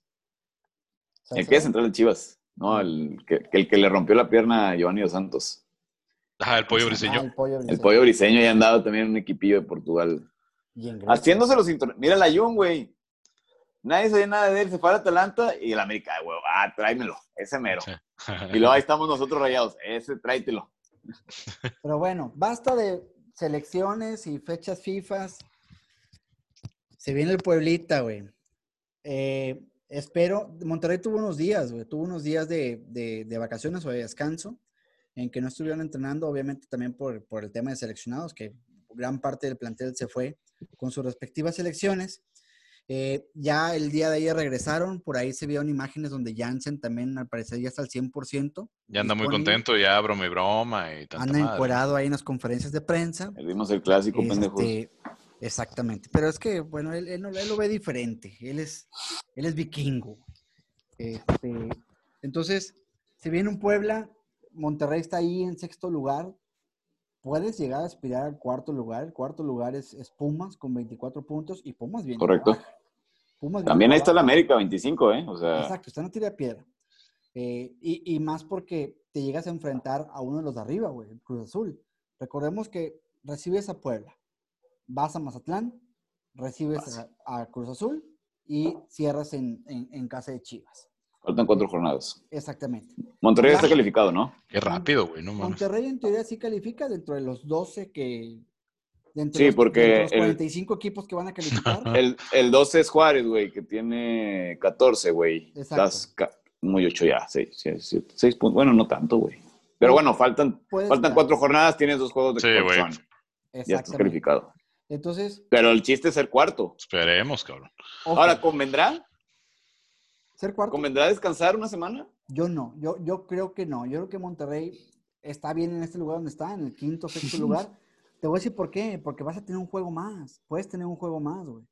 [SPEAKER 3] El que es central de Chivas, ¿no? El que, que- el que le rompió la pierna a Giovanni Dos Santos.
[SPEAKER 1] Ah, el pollo
[SPEAKER 2] Ah,
[SPEAKER 1] briseño.
[SPEAKER 2] el pollo briseño.
[SPEAKER 3] El pollo briseño ya andaba también en un equipillo de Portugal.
[SPEAKER 2] Y en Grecia.
[SPEAKER 3] Haciéndose los inter- Mira la Jun, güey. Nadie sabía nada de él. Se fue al Atalanta y el América, güey. Ah, tráemelo. Ese mero.
[SPEAKER 1] Sí. <laughs>
[SPEAKER 3] Y luego ahí estamos nosotros rayados. Ese tráetelo.
[SPEAKER 2] Pero bueno, basta de selecciones y fechas FIFAs. Se viene el Pueblita, güey. Eh, espero, Monterrey tuvo unos días, güey, tuvo unos días de, de- de vacaciones o de descanso en que no estuvieron entrenando, obviamente también por, por el tema de seleccionados, que gran parte del plantel se fue con sus respectivas selecciones. Eh, ya el día de ayer regresaron, por ahí se vieron imágenes donde Jansen también al parecer ya está al 100%.
[SPEAKER 1] Ya anda muy
[SPEAKER 2] disponible.
[SPEAKER 1] contento, ya broma y broma y tanta
[SPEAKER 2] Pues, Anda
[SPEAKER 1] madre.
[SPEAKER 2] encuerado ahí en las conferencias de prensa.
[SPEAKER 3] Perdimos el clásico, pendejo.
[SPEAKER 2] Este, exactamente. Pero es que, bueno, él, él no- él lo ve diferente. Él es, él es vikingo. Este, entonces, si viene un Puebla, Monterrey está ahí en sexto lugar. Puedes llegar a aspirar al cuarto lugar. El cuarto lugar es, es Pumas con 24 puntos y Pumas bien.
[SPEAKER 3] Correcto.
[SPEAKER 2] Pumas viene
[SPEAKER 3] También ahí
[SPEAKER 2] abajo.
[SPEAKER 3] está el América, 25, ¿eh? O sea,
[SPEAKER 2] Exacto, está en la tira de piedra. Eh, y, y más porque te llegas a enfrentar a uno de los de arriba, güey, el Cruz Azul. Recordemos que recibes a Puebla, vas a Mazatlán, recibes a, a Cruz Azul y cierras en, en- en casa de Chivas.
[SPEAKER 3] faltan cuatro jornadas.
[SPEAKER 2] Exactamente.
[SPEAKER 3] Monterrey
[SPEAKER 2] Ya.
[SPEAKER 3] está calificado, ¿no?
[SPEAKER 1] Qué rápido, güey, no mames.
[SPEAKER 2] Monterrey en teoría sí califica dentro de los 12 que... de entre
[SPEAKER 3] Sí,
[SPEAKER 2] los- de
[SPEAKER 3] porque
[SPEAKER 2] entre los
[SPEAKER 3] el-
[SPEAKER 2] 45 equipos que van a
[SPEAKER 3] <laughs>
[SPEAKER 1] Ah.
[SPEAKER 2] calificar.
[SPEAKER 3] El, el 12 es Juárez, güey, que tiene 14, güey.
[SPEAKER 2] Exacto.
[SPEAKER 3] Estás ca- muy 8 ya, 6, puntos. Bueno, no tanto, güey. Pero bueno, faltan,
[SPEAKER 2] Puedes
[SPEAKER 3] faltan
[SPEAKER 2] ganar.
[SPEAKER 3] cuatro jornadas, tienes dos juegos de
[SPEAKER 1] Sí, güey.
[SPEAKER 3] expansión. Ya estás
[SPEAKER 2] Exactamente.
[SPEAKER 3] calificado.
[SPEAKER 2] Entonces,
[SPEAKER 3] Pero el chiste es ser cuarto.
[SPEAKER 1] Esperemos, cabrón.
[SPEAKER 2] ojo,
[SPEAKER 3] Ahora, ¿convendrá?
[SPEAKER 2] ser cuarto
[SPEAKER 3] ¿Convendrá descansar una semana?
[SPEAKER 2] Yo no, yo, yo creo que no. Yo creo que Monterrey está bien en este lugar donde está, en el quinto,
[SPEAKER 3] <laughs>
[SPEAKER 2] sexto lugar. Te voy a decir por qué, porque vas a tener un juego más, puedes tener un juego más, güey.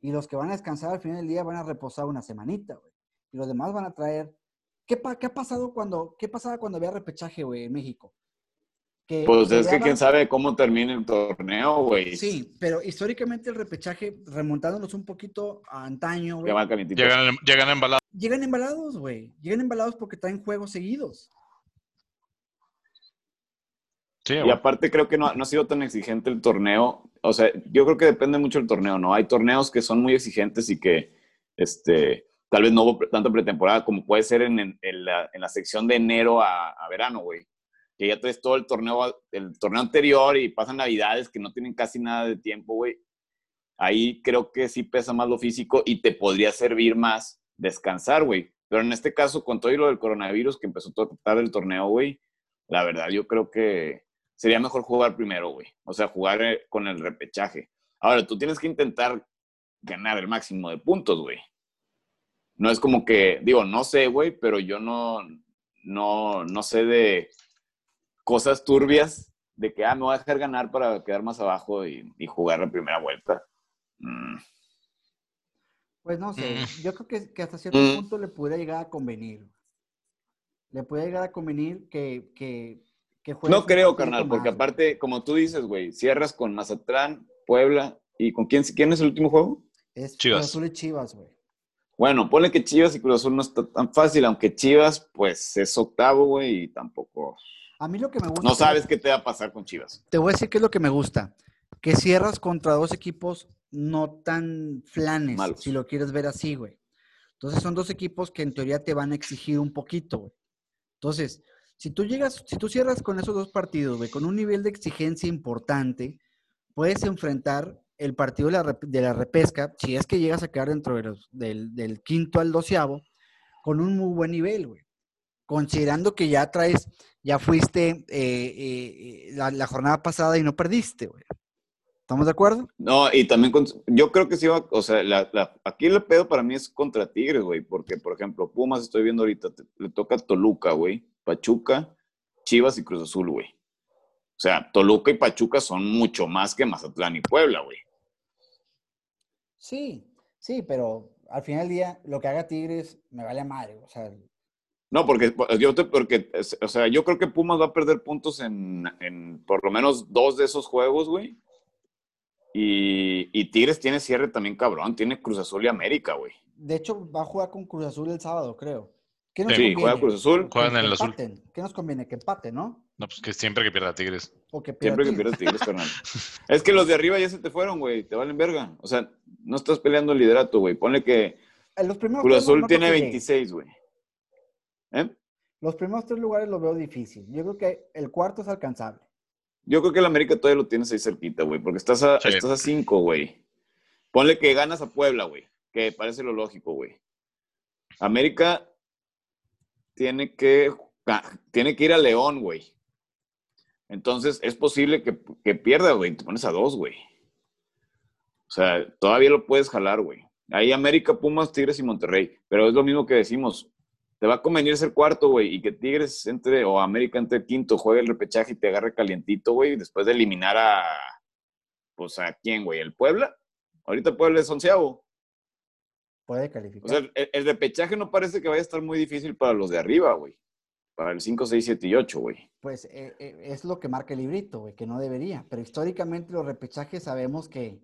[SPEAKER 2] Y los que van a descansar al final del día van a reposar una semanita, güey. Y los demás van a traer... ¿Qué, pa- qué ha pasado cuando, qué pasaba cuando había repechaje, güey, en México? Que
[SPEAKER 3] Pues es que
[SPEAKER 2] peleaban-
[SPEAKER 3] quién sabe cómo termine el torneo, güey.
[SPEAKER 2] Sí, pero históricamente el repechaje, remontándonos un poquito a antaño,
[SPEAKER 3] Que
[SPEAKER 2] güey,
[SPEAKER 3] va el calentito.
[SPEAKER 1] Llegan, llegan embalados.
[SPEAKER 2] llegan embalados, güey. Llegan embalados porque traen juegos seguidos.
[SPEAKER 1] Sí,
[SPEAKER 3] Y
[SPEAKER 1] güey.
[SPEAKER 3] aparte creo que no, no ha sido tan exigente el torneo. O sea, yo creo que depende mucho el torneo, ¿no? Hay torneos que son muy exigentes y que este, tal vez no hubo pre- tanta pretemporada como puede ser en, en- en la, en la sección de enero a, a verano, güey. Que ya traes todo el torneo, a- el torneo anterior y pasan navidades que no tienen casi nada de tiempo, güey. Ahí creo que sí pesa más lo físico y te podría servir más descansar, güey. Pero en este caso, con todo y lo del coronavirus que empezó todo tarde el torneo, güey, la verdad yo creo que sería mejor jugar primero, güey. O sea, jugar eh, con el repechaje. Ahora, tú tienes que intentar ganar el máximo de puntos, güey. No es como que, digo, no sé, güey, pero yo no, no, no sé de cosas turbias de que, ah, me voy a dejar ganar para quedar más abajo y, y jugar la primera vuelta. Mm,
[SPEAKER 2] Pues no sé,
[SPEAKER 1] Mm.
[SPEAKER 2] yo creo que, que hasta cierto
[SPEAKER 3] Mm.
[SPEAKER 2] punto le pudiera llegar a convenir. Le pudiera llegar a convenir que, que, que juegues
[SPEAKER 3] No
[SPEAKER 2] un
[SPEAKER 3] creo,
[SPEAKER 2] partido
[SPEAKER 3] carnal,
[SPEAKER 2] más,
[SPEAKER 3] porque
[SPEAKER 2] güey.
[SPEAKER 3] aparte, como tú dices, güey, cierras con Mazatlán, Puebla, ¿y con quién, quién es el último juego?
[SPEAKER 2] Es Cruz
[SPEAKER 1] Chivas.
[SPEAKER 2] Azul y Chivas, güey.
[SPEAKER 3] Bueno, ponle que Chivas y Cruz Azul no está tan fácil, aunque Chivas, pues es octavo, güey, y tampoco.
[SPEAKER 2] A mí lo que me gusta.
[SPEAKER 3] No
[SPEAKER 2] te voy a-
[SPEAKER 3] sabes qué te va a pasar con Chivas.
[SPEAKER 2] Te voy a decir qué es lo que me gusta. Que cierras contra dos equipos no tan flanes,
[SPEAKER 3] Malos.
[SPEAKER 2] si lo quieres ver así, güey. Entonces son dos equipos que en teoría te van a exigir un poquito, güey. Entonces, si tú llegas, si tú cierras con esos dos partidos, güey, con un nivel de exigencia importante, puedes enfrentar el partido de la, rep- de la repesca, si es que llegas a quedar dentro de los- del, del quinto al doceavo, con un muy buen nivel, güey. Considerando que ya traes ya fuiste eh, eh, eh, la, la jornada pasada y no perdiste, güey. ¿Estamos de acuerdo?
[SPEAKER 3] No, y también con- yo creo que sí va, o sea, la- la- aquí el pedo para mí es contra Tigres, güey, porque por ejemplo, Pumas estoy viendo ahorita, te- le toca Toluca, güey, Pachuca, Chivas y Cruz Azul, güey. O sea, Toluca y Pachuca son mucho más que Mazatlán y Puebla, güey.
[SPEAKER 2] Sí, sí, pero al final del día, lo que haga Tigres me vale madre. O sea,
[SPEAKER 3] No, porque yo te, porque, o sea, yo creo que Pumas va a perder puntos en, en por lo menos dos de esos juegos, güey. Y, y Tigres tiene cierre también, cabrón. Tiene Cruz Azul y América, güey.
[SPEAKER 2] De hecho, va a jugar con Cruz Azul el sábado, creo. ¿Qué
[SPEAKER 3] Sí, juega Cruz Azul.
[SPEAKER 1] Juegan
[SPEAKER 2] Que
[SPEAKER 1] en el azul.
[SPEAKER 2] empaten. ¿Qué nos conviene? Que empate, ¿no?
[SPEAKER 1] No, pues que siempre que pierda Tigres.
[SPEAKER 2] O que pierda
[SPEAKER 3] Siempre que
[SPEAKER 2] Tigres.
[SPEAKER 3] pierdes Tigres, <laughs> carnal. Es que los de arriba ya se te fueron, güey. Te valen verga. O sea, no estás peleando el liderato, güey. Ponle que
[SPEAKER 2] Eh, Los primeros
[SPEAKER 3] Cruz
[SPEAKER 2] tres no
[SPEAKER 3] Azul
[SPEAKER 2] creo
[SPEAKER 3] tiene
[SPEAKER 2] que llegue.
[SPEAKER 3] 26, güey. ¿Eh?
[SPEAKER 2] Los primeros tres lugares los veo difícil. Yo creo que el cuarto es alcanzable.
[SPEAKER 3] Yo creo que el América todavía lo tienes ahí cerquita, güey, porque estás a,
[SPEAKER 1] Sí.
[SPEAKER 3] estás a cinco, güey. Ponle que ganas a Puebla, güey, que parece lo lógico, güey. América tiene que, ga- tiene que ir a León, güey. Entonces, es posible que, que pierda, güey. Te pones a dos, güey. O sea, todavía lo puedes jalar, güey. Ahí América, Pumas, Tigres y Monterrey. Pero es lo mismo que decimos. Te va a convenir ser cuarto, güey, y que Tigres entre o América entre quinto, juegue el repechaje y te agarre calientito, güey, después de eliminar a. Pues a quién, güey, el Puebla. Ahorita Puebla es onceavo.
[SPEAKER 2] Puede
[SPEAKER 3] O
[SPEAKER 2] calificar.
[SPEAKER 3] sea, el, el repechaje no parece que vaya a estar muy difícil para los de arriba, güey. Para el 5, 6, 7 y 8, güey.
[SPEAKER 2] pues eh, eh, es lo que marca el librito, güey, que no debería. Pero históricamente los repechajes sabemos que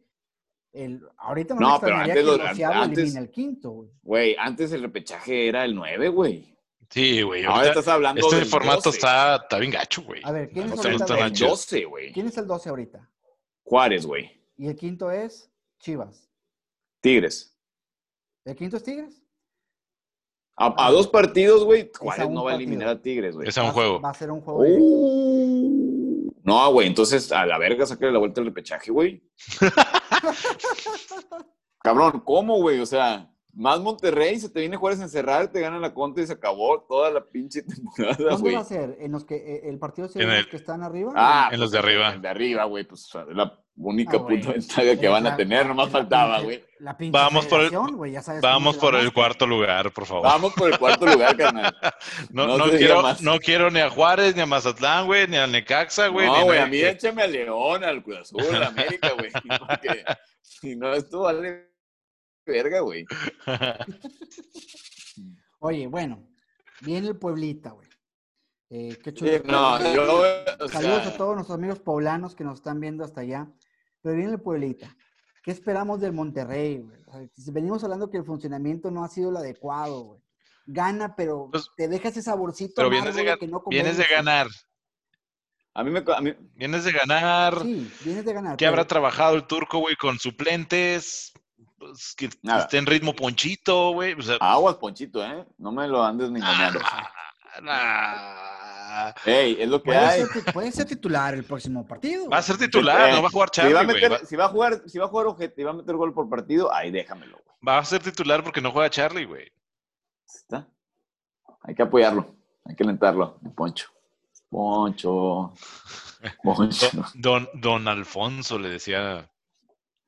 [SPEAKER 2] el, ahorita no, me
[SPEAKER 3] No, pero
[SPEAKER 2] extrañaría que
[SPEAKER 3] antes
[SPEAKER 2] el
[SPEAKER 3] los-
[SPEAKER 2] onceavo
[SPEAKER 3] antes-
[SPEAKER 2] elimine el quinto, güey.
[SPEAKER 3] Güey, antes el repechaje era el 9, güey.
[SPEAKER 1] Sí, güey.
[SPEAKER 3] Ahora
[SPEAKER 1] ahorita
[SPEAKER 3] estás hablando
[SPEAKER 1] Este
[SPEAKER 3] del
[SPEAKER 1] formato
[SPEAKER 3] 12.
[SPEAKER 1] está, está bien gacho, güey.
[SPEAKER 2] A ver, ¿quién
[SPEAKER 1] No
[SPEAKER 2] es,
[SPEAKER 1] sé,
[SPEAKER 2] ahorita
[SPEAKER 1] está
[SPEAKER 2] el-
[SPEAKER 1] la
[SPEAKER 3] El
[SPEAKER 1] chido.
[SPEAKER 3] 12, güey.
[SPEAKER 2] ¿quién es el 12 ahorita?
[SPEAKER 3] Juárez, güey.
[SPEAKER 2] Y el quinto es Chivas.
[SPEAKER 3] Tigres.
[SPEAKER 2] ¿El quinto es Tigres?
[SPEAKER 3] A, a dos partidos, güey, Juárez
[SPEAKER 2] Ah. un
[SPEAKER 3] no va a eliminar
[SPEAKER 2] partido.
[SPEAKER 3] a Tigres, güey.
[SPEAKER 1] Es a un
[SPEAKER 2] Va-
[SPEAKER 1] juego.
[SPEAKER 2] Va a ser un juego. directo. Oh.
[SPEAKER 3] Uh. No, güey, entonces a la verga sacarle la vuelta al repechaje, güey.
[SPEAKER 2] <laughs>
[SPEAKER 3] Cabrón, ¿cómo, güey? O sea, más Monterrey, se te viene Juárez a encerrar, te gana la conta y se acabó toda la pinche temporada,
[SPEAKER 2] ¿Dónde
[SPEAKER 3] güey.
[SPEAKER 2] va a ser? ¿En los que eh, el partido será
[SPEAKER 1] En
[SPEAKER 2] en
[SPEAKER 1] el-
[SPEAKER 2] los que están arriba?
[SPEAKER 3] Ah,
[SPEAKER 1] En los de arriba.
[SPEAKER 3] el De arriba, güey, pues o sea, es la única
[SPEAKER 2] Ah, güey.
[SPEAKER 3] puta ventaja que van a tener, nomás faltaba, güey.
[SPEAKER 2] La pinche
[SPEAKER 1] Vamos por el-
[SPEAKER 2] federación, güey, ya sabes cómo
[SPEAKER 1] Vamos
[SPEAKER 2] se la
[SPEAKER 1] por el
[SPEAKER 2] masca.
[SPEAKER 1] cuarto lugar, por favor.
[SPEAKER 3] Vamos por el cuarto lugar, carnal.
[SPEAKER 1] No,
[SPEAKER 3] No
[SPEAKER 1] no
[SPEAKER 3] te diga
[SPEAKER 1] quiero,
[SPEAKER 3] más.
[SPEAKER 1] no quiero ni a Juárez, ni a Mazatlán, güey, ni a Necaxa, <laughs> güey. ni
[SPEAKER 3] No, güey,
[SPEAKER 1] nadie,
[SPEAKER 3] a mí échame a León, al Cruz Azul, a la América, güey. <laughs> Porque si no, esto vale verga, güey.
[SPEAKER 2] Oye, bueno, viene el Pueblita, güey. Eh, qué
[SPEAKER 3] Sí,
[SPEAKER 2] chulo.
[SPEAKER 3] no, yo, o
[SPEAKER 2] Saludos
[SPEAKER 3] sea,
[SPEAKER 2] a todos nuestros amigos poblanos que nos están viendo hasta allá. Pero viene el Pueblita. ¿Qué esperamos del Monterrey? güey? O sea, si Venimos hablando que el funcionamiento no ha sido el adecuado, güey. Gana, pero
[SPEAKER 1] Pues,
[SPEAKER 2] te deja ese saborcito
[SPEAKER 1] pero vienes de
[SPEAKER 2] amargo
[SPEAKER 1] gan-
[SPEAKER 2] que no
[SPEAKER 1] Vienes de
[SPEAKER 2] convence.
[SPEAKER 1] ganar,
[SPEAKER 3] a mí me... A mí,
[SPEAKER 1] vienes de ganar.
[SPEAKER 2] Sí, vienes de ganar.
[SPEAKER 1] ¿Qué habrá
[SPEAKER 2] pero-
[SPEAKER 1] trabajado el turco, güey, con suplentes? Pues, que
[SPEAKER 3] Nada.
[SPEAKER 1] esté en ritmo ponchito, güey. O sea,
[SPEAKER 3] aguas, Ponchito, ¿eh? No me lo andes ninguneando.
[SPEAKER 1] ah,
[SPEAKER 3] Ey, Pues, es lo que
[SPEAKER 2] puede,
[SPEAKER 3] hay.
[SPEAKER 2] ser, ti- puede ser titular el próximo partido.
[SPEAKER 1] va a
[SPEAKER 2] güey.
[SPEAKER 1] ser titular,
[SPEAKER 3] Eh,
[SPEAKER 1] no va a jugar
[SPEAKER 3] Si va a,
[SPEAKER 1] Charlie, güey.
[SPEAKER 3] meter-
[SPEAKER 1] Va,
[SPEAKER 3] si va a jugar, si va a jugar ojete y va a meter gol por partido, ahí déjamelo, güey.
[SPEAKER 1] va a ser titular porque no juega Charlie, güey.
[SPEAKER 3] ¿Está? Hay que apoyarlo, hay que alentarlo, mi Poncho. Poncho,
[SPEAKER 1] <laughs>
[SPEAKER 3] Poncho.
[SPEAKER 1] Don, don Alfonso le decía,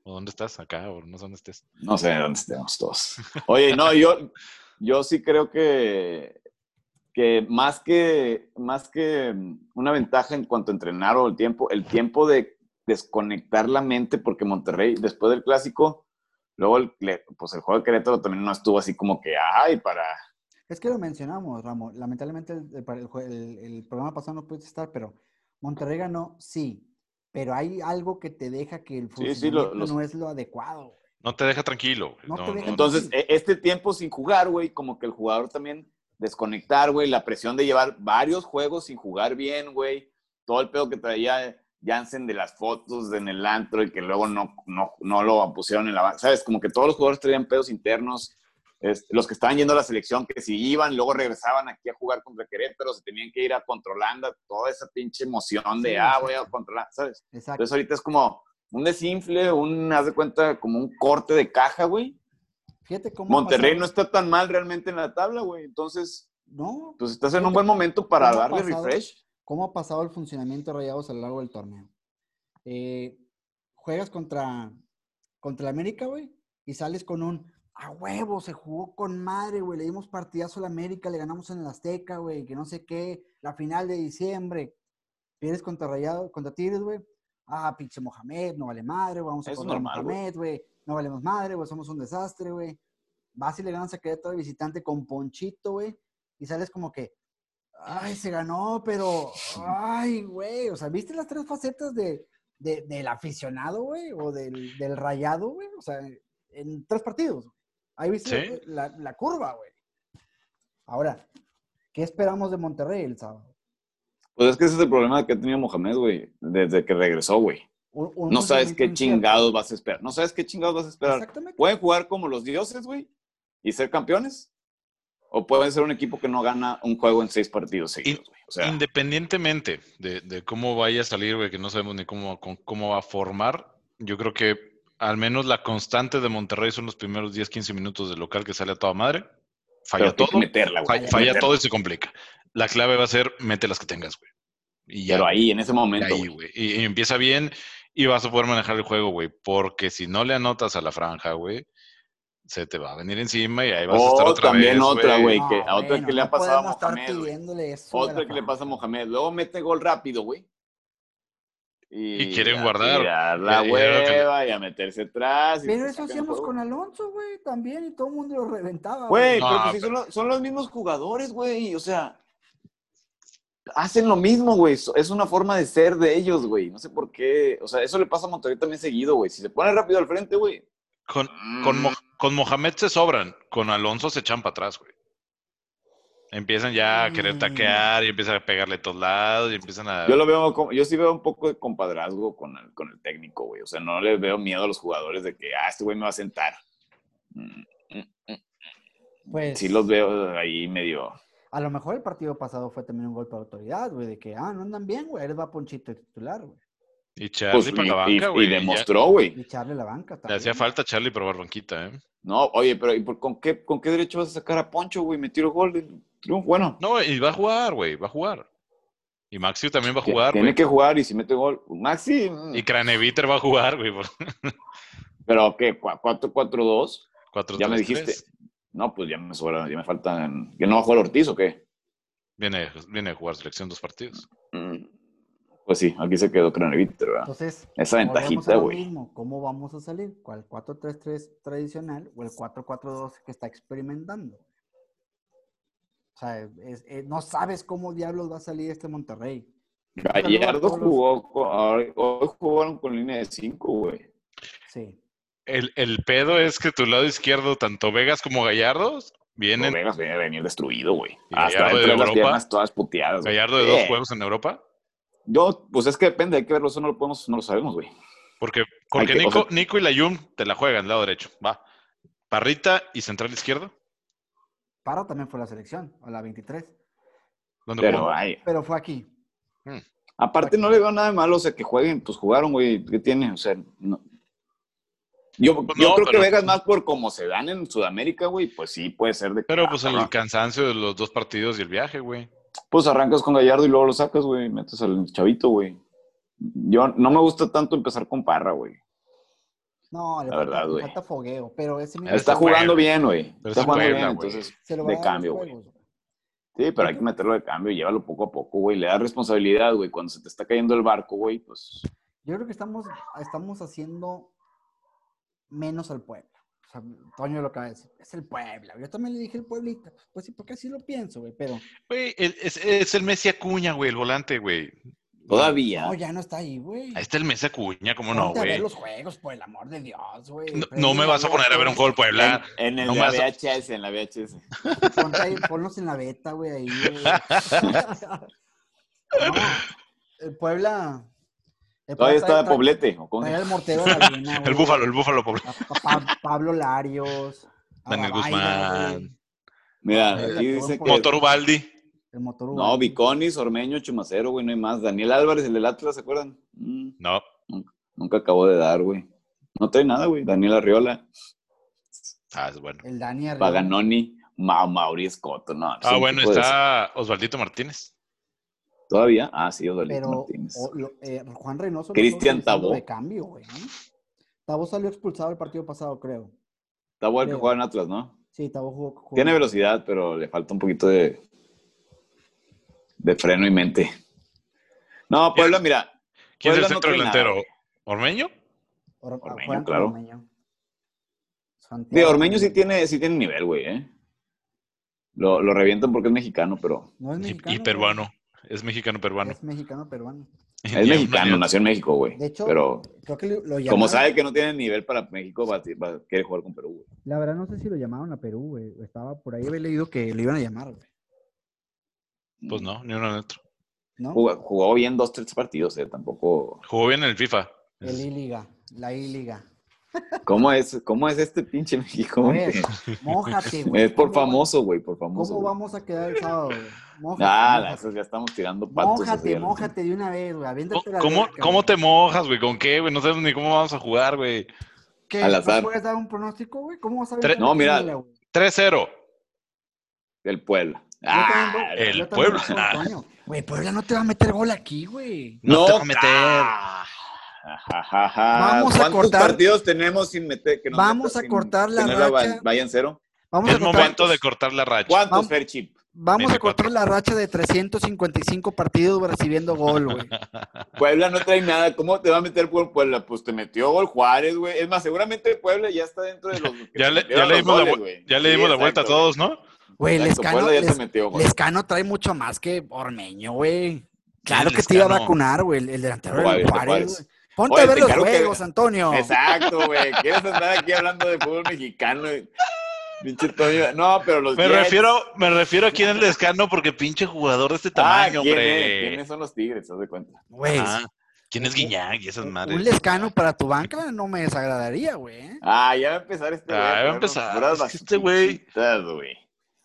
[SPEAKER 1] "¿O ¿dónde estás? Acá, o no sé dónde estés.
[SPEAKER 3] No sé dónde estemos todos. Oye, no, yo, yo sí creo que, que más que más que mm, una ventaja en cuanto a entrenar o el tiempo, el tiempo de desconectar la mente, porque Monterrey, después del clásico, luego el, cle- pues el juego de Querétaro también no estuvo así como que, ay, para.
[SPEAKER 2] Es que lo mencionamos, Ramo. Lamentablemente el, el par- el jue- el- el programa pasado no pudiste estar, pero Monterrey ganó, sí. Pero hay algo que te deja que el
[SPEAKER 3] Sí,
[SPEAKER 2] funcionamiento
[SPEAKER 3] sí, lo- los-
[SPEAKER 2] no es lo adecuado. güey.
[SPEAKER 1] No te deja tranquilo, güey.
[SPEAKER 2] No te deja-
[SPEAKER 3] Entonces, e- este tiempo sin jugar, güey, como que el jugador también desconectar, güey, la presión de llevar varios juegos sin jugar bien, güey, todo el pedo que traía Jansen de las fotos de en el antro y que luego no, no, no lo pusieron en la banca, ¿sabes? Como que todos los jugadores traían pedos internos, este, los que estaban yendo a la selección, que si iban, luego regresaban aquí a jugar contra Querétaro, se tenían que ir a controlando toda esa pinche emoción de,
[SPEAKER 2] Sí,
[SPEAKER 3] ah,
[SPEAKER 2] exacto.
[SPEAKER 3] voy a controlar, ¿sabes?
[SPEAKER 2] Exacto.
[SPEAKER 3] Entonces ahorita es como un desinfle, un, haz de cuenta, como un corte de caja, güey.
[SPEAKER 2] Fíjate cómo. ha
[SPEAKER 3] Monterrey no
[SPEAKER 2] pasado-
[SPEAKER 3] está tan mal realmente en la tabla, güey. Entonces,
[SPEAKER 2] No,
[SPEAKER 3] pues estás en un buen momento para
[SPEAKER 2] ¿Cómo ha
[SPEAKER 3] darle
[SPEAKER 2] pasado?
[SPEAKER 3] refresh.
[SPEAKER 2] ¿Cómo ha pasado el funcionamiento de Rayados a lo largo del torneo? Eh, juegas contra, contra el América, güey, y sales con un a huevo, se jugó con madre, güey, le dimos partidazo al América, le ganamos en el Azteca, güey, que no sé qué, la final de diciembre. Pierdes contra Rayados, contra Tigres, güey. Ah, pinche Mohamed, no vale madre, güey, vamos a
[SPEAKER 3] Eso es
[SPEAKER 2] correr a
[SPEAKER 3] normal, güey.
[SPEAKER 2] Mohamed, güey, no valemos madre, güey, somos un desastre, güey. Vas y le ganas a Querétaro de visitante con Ponchito, güey y sales como que, ay, se ganó, pero, ay, güey, o sea, ¿viste las tres facetas de, de- del aficionado, güey, o del, del rayado, güey? O sea, en tres partidos. Ahí viste
[SPEAKER 1] Sí.
[SPEAKER 2] la, la curva, güey. Ahora, ¿qué esperamos de Monterrey el sábado?
[SPEAKER 3] Pues es que ese es el problema que ha tenido Mohamed, güey, desde que regresó, güey.
[SPEAKER 2] Un- un
[SPEAKER 3] No sabes qué
[SPEAKER 2] recibimiento incierto.
[SPEAKER 3] chingados vas a esperar. No sabes qué chingados vas a esperar.
[SPEAKER 2] Exactamente.
[SPEAKER 3] Pueden jugar como los dioses, güey, y ser campeones. O pueden ser un equipo que no gana un juego en seis partidos seguidos, güey. O sea,
[SPEAKER 1] Independientemente de, de cómo vaya a salir, güey, que no sabemos ni cómo, con- cómo va a formar, yo creo que al menos la constante de Monterrey son los primeros 10, 15 minutos del local que sale a toda madre. Falla
[SPEAKER 3] pero tienes que
[SPEAKER 1] todo,
[SPEAKER 3] meterla, güey.
[SPEAKER 1] fa-
[SPEAKER 3] Tienes que
[SPEAKER 1] falla
[SPEAKER 3] meterla.
[SPEAKER 1] todo y se complica. La clave va a ser mete las que tengas, güey. Y ya,
[SPEAKER 3] Pero ahí, en ese
[SPEAKER 1] güey,
[SPEAKER 3] momento,
[SPEAKER 1] ahí,
[SPEAKER 3] güey.
[SPEAKER 1] güey. Y, y empieza bien y vas a poder manejar el juego, güey. Porque si no le anotas a la franja, güey, se te va a venir encima y ahí vas a estar
[SPEAKER 3] Oh,
[SPEAKER 1] otra
[SPEAKER 3] también
[SPEAKER 1] vez,
[SPEAKER 3] otra, güey. que-
[SPEAKER 2] No,
[SPEAKER 3] a otra que le ha
[SPEAKER 2] no
[SPEAKER 3] pasado a
[SPEAKER 2] podemos estar
[SPEAKER 3] Mohamed, güey.
[SPEAKER 2] pidiéndole eso a la
[SPEAKER 3] Otra que le
[SPEAKER 2] franja.
[SPEAKER 3] pasa a Mohamed. Luego mete gol rápido, güey.
[SPEAKER 1] Y quieren guardar.
[SPEAKER 3] Y dar la
[SPEAKER 1] Y- y era lo que-
[SPEAKER 3] hueva y a meterse atrás. y
[SPEAKER 2] Pero
[SPEAKER 3] te
[SPEAKER 2] eso
[SPEAKER 3] sacan
[SPEAKER 2] hacíamos
[SPEAKER 3] juego.
[SPEAKER 2] con Alonso, güey, también, y todo el mundo lo reventaba.
[SPEAKER 3] Güey,
[SPEAKER 1] No,
[SPEAKER 3] pero pues sí son, los, son los mismos jugadores, güey. O sea, hacen lo mismo, güey. so- Es una forma de ser de ellos, güey. No sé por qué. O sea, eso le pasa a Monterrey también seguido, güey. Si se pone rápido al frente, güey. Mm.
[SPEAKER 1] Con, Con, Mo- con Mohamed se sobran, con Alonso se echan para atrás, güey. Empiezan ya a querer
[SPEAKER 2] Mm.
[SPEAKER 1] taquear y empiezan a pegarle a todos lados y empiezan a...
[SPEAKER 3] Yo lo veo, como- yo sí veo un poco de compadrazgo con el, con el técnico, güey. O sea, no les veo miedo a los jugadores de que, ah, este güey me va a sentar. Mm,
[SPEAKER 2] Pues,
[SPEAKER 3] Sí los veo ahí medio.
[SPEAKER 2] A lo mejor el partido pasado fue también un golpe de autoridad, güey, de que, ah, no andan bien, güey, eres va Ponchito de titular, güey.
[SPEAKER 1] Y Charlie
[SPEAKER 3] pues,
[SPEAKER 1] para
[SPEAKER 3] y-
[SPEAKER 1] la
[SPEAKER 3] y-
[SPEAKER 1] banca,
[SPEAKER 3] y
[SPEAKER 1] güey. y ya.
[SPEAKER 3] demostró, güey.
[SPEAKER 2] Y echarle la banca
[SPEAKER 1] Le
[SPEAKER 2] también.
[SPEAKER 1] hacía falta a Charlie probar banquita, ¿eh?
[SPEAKER 3] No, oye, pero ¿y por, con, qué, con qué derecho vas a sacar a Poncho, güey? Me tiro gol del triunfo. Bueno,
[SPEAKER 1] No, y va a jugar, güey, va a jugar. Y Maxi también va a
[SPEAKER 3] que-
[SPEAKER 1] jugar,
[SPEAKER 3] tiene
[SPEAKER 1] güey.
[SPEAKER 3] que jugar y si mete gol, Maxi. mm,
[SPEAKER 1] Y Craneviter va a jugar, güey. por- <laughs>
[SPEAKER 3] Pero ¿qué? Cua- ¿Cuatro, cuatro, dos?
[SPEAKER 1] cuatro,
[SPEAKER 3] Ya me
[SPEAKER 1] tres,
[SPEAKER 3] dijiste.
[SPEAKER 1] tres.
[SPEAKER 3] No, pues ya me sobra, ya me faltan. ¿Que no va a jugar Ortiz o qué?
[SPEAKER 1] Viene, viene a jugar selección dos partidos.
[SPEAKER 3] Mm, Pues sí, aquí se quedó Craneviter, ¿verdad?
[SPEAKER 2] Entonces,
[SPEAKER 3] Esa
[SPEAKER 2] volvemos a
[SPEAKER 3] ventajita,
[SPEAKER 2] lo
[SPEAKER 3] güey.
[SPEAKER 2] mismo, ¿Cómo vamos a salir? ¿Cuál 4-3-3 tradicional o el 4-4-2 que está experimentando? O sea, es- eh, no sabes cómo diablos va a salir este Monterrey.
[SPEAKER 3] Gallardo jugó, con- ahora- hoy jugaron con línea de cinco, güey.
[SPEAKER 2] Sí.
[SPEAKER 1] El, el pedo es que tu lado izquierdo, tanto Vegas como Gallardo, vienen...
[SPEAKER 3] Vegas venía a venir destruido, güey.
[SPEAKER 1] Y
[SPEAKER 3] Hasta
[SPEAKER 1] Gallardo de
[SPEAKER 3] entre las
[SPEAKER 1] Europa.
[SPEAKER 3] piernas todas puteadas. güey.
[SPEAKER 1] Gallardo de dos
[SPEAKER 3] Eh,
[SPEAKER 1] juegos en Europa.
[SPEAKER 3] Yo, pues es que depende, hay que verlo, eso no lo podemos, no lo sabemos, güey.
[SPEAKER 1] Porque, porque
[SPEAKER 3] que- o
[SPEAKER 1] Nico,
[SPEAKER 3] sea-
[SPEAKER 1] Nico y la Yum te la juegan, lado derecho. Va. Parrita y central izquierdo.
[SPEAKER 2] Parra también fue a la selección, a la 23.
[SPEAKER 1] ¿Dónde
[SPEAKER 3] Pero
[SPEAKER 1] jugó?
[SPEAKER 3] ay,
[SPEAKER 2] Pero fue aquí.
[SPEAKER 3] aparte no le veo nada de malo, o sea, que jueguen, pues jugaron, güey, ¿qué tiene? O sea, no. Yo,
[SPEAKER 1] Pues
[SPEAKER 3] yo
[SPEAKER 1] no,
[SPEAKER 3] creo
[SPEAKER 1] pero-
[SPEAKER 3] que Vegas más por cómo se dan en Sudamérica, güey, pues sí, puede ser de que,
[SPEAKER 1] Pero
[SPEAKER 3] ah,
[SPEAKER 1] pues
[SPEAKER 3] cabrón,
[SPEAKER 1] el cansancio de los dos partidos y el viaje, güey.
[SPEAKER 3] pues arrancas con Gallardo y luego lo sacas, güey, metes al chavito, güey. Yo no me gusta tanto empezar con Parra, güey.
[SPEAKER 2] No, le falta,
[SPEAKER 3] La verdad,
[SPEAKER 2] le
[SPEAKER 3] güey.
[SPEAKER 2] falta fogueo, pero ese mismo
[SPEAKER 1] Pero
[SPEAKER 3] Está
[SPEAKER 1] se
[SPEAKER 3] jugando
[SPEAKER 1] juega.
[SPEAKER 3] bien, güey.
[SPEAKER 1] Pero
[SPEAKER 3] Está
[SPEAKER 1] se
[SPEAKER 3] jugando
[SPEAKER 1] juega,
[SPEAKER 3] bien,
[SPEAKER 1] güey.
[SPEAKER 3] entonces
[SPEAKER 2] se lo va
[SPEAKER 3] de
[SPEAKER 2] a dar los
[SPEAKER 3] cambio, güey.
[SPEAKER 2] juegos,
[SPEAKER 3] Sí, pero
[SPEAKER 2] Yo
[SPEAKER 3] hay que
[SPEAKER 2] creo-
[SPEAKER 3] meterlo de cambio y llévalo poco a poco, güey. Le da responsabilidad, güey. Cuando se te está cayendo el barco, güey, pues.
[SPEAKER 2] Yo creo que estamos, estamos haciendo menos al pueblo. O sea, Toño lo acaba de decir, es el pueblo. Yo también le dije el pueblito. Pues sí, porque así lo pienso, güey. Pero
[SPEAKER 1] Güey, el- es, es el Messi Acuña, güey, el volante, güey. Pues,
[SPEAKER 3] Todavía.
[SPEAKER 2] no, ya no está ahí, güey.
[SPEAKER 1] Ahí está el Messi Acuña, ¿cómo no,
[SPEAKER 2] Ponte a ver
[SPEAKER 1] güey?
[SPEAKER 2] los juegos, por el amor de Dios, güey.
[SPEAKER 1] No,
[SPEAKER 2] Prende
[SPEAKER 1] no me
[SPEAKER 2] la
[SPEAKER 1] vas a poner a ver un
[SPEAKER 2] luz,
[SPEAKER 1] gol Puebla.
[SPEAKER 3] En, en el
[SPEAKER 1] No
[SPEAKER 3] de
[SPEAKER 1] más-
[SPEAKER 3] la VHS, en la VHS.
[SPEAKER 2] Ponte ahí, ponlos en la beta, güey, ahí,
[SPEAKER 1] <laughs>
[SPEAKER 2] güey. No, el Puebla. el
[SPEAKER 3] Todavía
[SPEAKER 2] Puebla
[SPEAKER 3] está de
[SPEAKER 2] trae-
[SPEAKER 3] Poblete. ¿o cómo se
[SPEAKER 2] trae
[SPEAKER 3] llama?
[SPEAKER 2] el mortero de la
[SPEAKER 1] <laughs>
[SPEAKER 2] línea,
[SPEAKER 1] El
[SPEAKER 2] güey.
[SPEAKER 1] Búfalo, el Búfalo, pobre.
[SPEAKER 2] a Pa- Pa- Pablo Larios. a
[SPEAKER 1] Daniel
[SPEAKER 2] Babaira, güey,
[SPEAKER 1] Guzmán.
[SPEAKER 3] Mira,
[SPEAKER 2] Trae
[SPEAKER 3] aquí
[SPEAKER 2] el
[SPEAKER 3] dice que.
[SPEAKER 2] Poblete.
[SPEAKER 1] Motor Ubaldi.
[SPEAKER 2] El motor
[SPEAKER 3] No,
[SPEAKER 2] urbano.
[SPEAKER 3] Viconis, Ormeño, Chumacero, güey, no hay más. Daniel Álvarez, el del Atlas, ¿se acuerdan? Mm,
[SPEAKER 1] No,
[SPEAKER 3] nunca acabó de dar, güey. No trae nada, güey. Daniel Arriola,
[SPEAKER 1] ah, es bueno.
[SPEAKER 2] El Dani Arriola.
[SPEAKER 3] Paganoni, Ma Mauri Escoto, no. es
[SPEAKER 1] Ah,
[SPEAKER 3] un
[SPEAKER 1] bueno,
[SPEAKER 3] tipo de-
[SPEAKER 1] está Osvaldito Martínez.
[SPEAKER 3] ¿Todavía? Ah, sí, Odalito
[SPEAKER 2] Pero
[SPEAKER 3] Martínez.
[SPEAKER 2] o- lo- eh, Juan Reynoso. lo
[SPEAKER 3] Cristian
[SPEAKER 2] está utilizando
[SPEAKER 3] Tabó.
[SPEAKER 2] De cambio, güey. ¿no? Tabó salió expulsado el partido pasado, creo.
[SPEAKER 3] Está bueno que
[SPEAKER 2] creo.
[SPEAKER 3] juega en Atlas, ¿no?
[SPEAKER 2] Sí, Tabó jugó. jugó.
[SPEAKER 3] Tiene velocidad, pero le falta un poquito de, de freno y mente. No, Puebla, mira,
[SPEAKER 1] ¿Quién es el
[SPEAKER 3] Puebla no
[SPEAKER 1] centro
[SPEAKER 3] trae nada,
[SPEAKER 1] delantero? ¿Ormeño?
[SPEAKER 2] Or- ah,
[SPEAKER 3] Ormeño,
[SPEAKER 2] juegan con
[SPEAKER 3] claro.
[SPEAKER 2] Ormeño.
[SPEAKER 3] de
[SPEAKER 2] Santiago.
[SPEAKER 3] Ormeño sí tiene, sí tiene nivel, güey, ¿eh? Lo, lo revientan porque es mexicano, pero
[SPEAKER 2] No es
[SPEAKER 1] Y-
[SPEAKER 2] mexicano.
[SPEAKER 1] y
[SPEAKER 2] güey.
[SPEAKER 1] peruano. Es mexicano peruano.
[SPEAKER 2] Es mexicano peruano.
[SPEAKER 1] <laughs>
[SPEAKER 3] es mexicano, nació en México, güey.
[SPEAKER 2] De hecho,
[SPEAKER 3] Pero
[SPEAKER 2] creo que lo llamaron.
[SPEAKER 3] como sabe que no tiene nivel para México, va, a- va a querer jugar con Perú, güey.
[SPEAKER 2] La verdad no sé si lo llamaron a Perú, güey. Estaba por ahí, había leído que lo iban a llamar, güey.
[SPEAKER 1] Pues no, ni uno ni otro.
[SPEAKER 2] ¿No?
[SPEAKER 3] Jugó, jugó bien dos, tres partidos, eh, tampoco.
[SPEAKER 1] Jugó bien en el FIFA.
[SPEAKER 2] El I-Liga. La I-Liga.
[SPEAKER 3] ¿Cómo es, cómo es este pinche México?
[SPEAKER 2] A
[SPEAKER 3] güey? <laughs>
[SPEAKER 2] ver, mójate, güey.
[SPEAKER 3] Es Eh, por
[SPEAKER 2] ¿Cómo va-
[SPEAKER 3] famoso, güey, por famoso.
[SPEAKER 2] ¿Cómo
[SPEAKER 3] güey.
[SPEAKER 2] vamos a quedar el sábado, güey? Mójate,
[SPEAKER 3] Ah,
[SPEAKER 2] mójate.
[SPEAKER 3] esas ya estamos tirando patos. así,
[SPEAKER 2] Mójate,
[SPEAKER 3] al-
[SPEAKER 2] mójate de una vez, güey.
[SPEAKER 1] ¿Cómo-
[SPEAKER 2] aviéntate la
[SPEAKER 1] ¿Cómo,
[SPEAKER 2] verga,
[SPEAKER 1] cómo
[SPEAKER 2] güey.
[SPEAKER 1] te mojas, güey? ¿Con qué, güey? No sabes ni cómo vamos a jugar, güey.
[SPEAKER 2] ¿Qué?
[SPEAKER 3] al
[SPEAKER 2] ¿No
[SPEAKER 3] azar.
[SPEAKER 2] puedes dar un pronóstico, güey? ¿Cómo vas a
[SPEAKER 1] Tres-
[SPEAKER 2] aventar
[SPEAKER 3] no,
[SPEAKER 2] la
[SPEAKER 3] mira.
[SPEAKER 2] quiniela, güey? Yo
[SPEAKER 1] ¡3-0!
[SPEAKER 3] El Puebla.
[SPEAKER 2] también
[SPEAKER 3] Ah,
[SPEAKER 2] voy- yo
[SPEAKER 1] el
[SPEAKER 2] también
[SPEAKER 1] Puebla.
[SPEAKER 2] voy con Toño. Güey, Puebla no te va a meter gol aquí, güey.
[SPEAKER 1] No te va a
[SPEAKER 3] ca-
[SPEAKER 2] a
[SPEAKER 3] Ajajaja. ¿Cuántos
[SPEAKER 2] cortar-
[SPEAKER 3] partidos tenemos sin meter? Que nos
[SPEAKER 2] Vamos
[SPEAKER 3] metan
[SPEAKER 2] a
[SPEAKER 3] sin
[SPEAKER 2] cortar la
[SPEAKER 3] tenerla va-
[SPEAKER 2] racha.
[SPEAKER 3] Vayan cero.
[SPEAKER 2] Vamos a
[SPEAKER 1] Es
[SPEAKER 2] cortar,
[SPEAKER 1] momento de cortar la racha.
[SPEAKER 3] ¿Cuántos,
[SPEAKER 2] Vamos.
[SPEAKER 3] Fair Chip?
[SPEAKER 2] vamos a
[SPEAKER 1] 24.
[SPEAKER 2] cortar la racha de 355 partidos güey, recibiendo gol, güey.
[SPEAKER 3] Puebla no trae nada. ¿Cómo te va a meter por Puebla? Pues te metió gol Juárez, güey. Es más, seguramente Puebla ya está dentro de los. que
[SPEAKER 1] Ya
[SPEAKER 3] te
[SPEAKER 1] le, ya le
[SPEAKER 3] metieron los
[SPEAKER 1] dimos, la,
[SPEAKER 3] goles,
[SPEAKER 1] vu-
[SPEAKER 3] güey.
[SPEAKER 1] ya le
[SPEAKER 3] Sí,
[SPEAKER 1] dimos la vuelta a
[SPEAKER 3] exacto,
[SPEAKER 1] todos, ¿no?
[SPEAKER 2] Güey,
[SPEAKER 3] exacto.
[SPEAKER 2] Lescano,
[SPEAKER 3] Puebla ya
[SPEAKER 2] Les-
[SPEAKER 3] se metió gol.
[SPEAKER 2] Lescano trae mucho más que Ormeño, güey. Claro
[SPEAKER 1] Sí,
[SPEAKER 2] que te iba a
[SPEAKER 1] Lescano.
[SPEAKER 2] vacunar, güey, el, el delantero
[SPEAKER 3] Juárez,
[SPEAKER 2] del
[SPEAKER 3] de
[SPEAKER 2] Juárez.
[SPEAKER 3] Juárez.
[SPEAKER 2] güey. Ponte
[SPEAKER 3] Oye,
[SPEAKER 2] a ver
[SPEAKER 3] te
[SPEAKER 2] los
[SPEAKER 3] encargo que-
[SPEAKER 2] juegos, Antonio.
[SPEAKER 3] Exacto, güey. ¿Quieres andar aquí hablando de fútbol mexicano? y- Pinche Toño. No, pero los.
[SPEAKER 1] Me
[SPEAKER 3] Jets-
[SPEAKER 1] refiero, me refiero a quién es Lescano, porque pinche jugador de este
[SPEAKER 3] Ah,
[SPEAKER 1] tamaño,
[SPEAKER 3] ¿quién es?
[SPEAKER 1] hombre.
[SPEAKER 3] ¿Quiénes son los Tigres? Haz de cuenta.
[SPEAKER 2] Güey,
[SPEAKER 1] Ah, ¿Quién es
[SPEAKER 2] Un-
[SPEAKER 1] Guiñac y esas
[SPEAKER 2] un-
[SPEAKER 1] madres?
[SPEAKER 2] un Lescano para tu banca no me desagradaría, güey.
[SPEAKER 3] Ah, ya va a empezar este.
[SPEAKER 1] Ah,
[SPEAKER 3] güey,
[SPEAKER 1] ya va a
[SPEAKER 3] ponernos
[SPEAKER 1] empezar.
[SPEAKER 3] puras
[SPEAKER 1] Es que este güey-
[SPEAKER 3] basquitas, güey.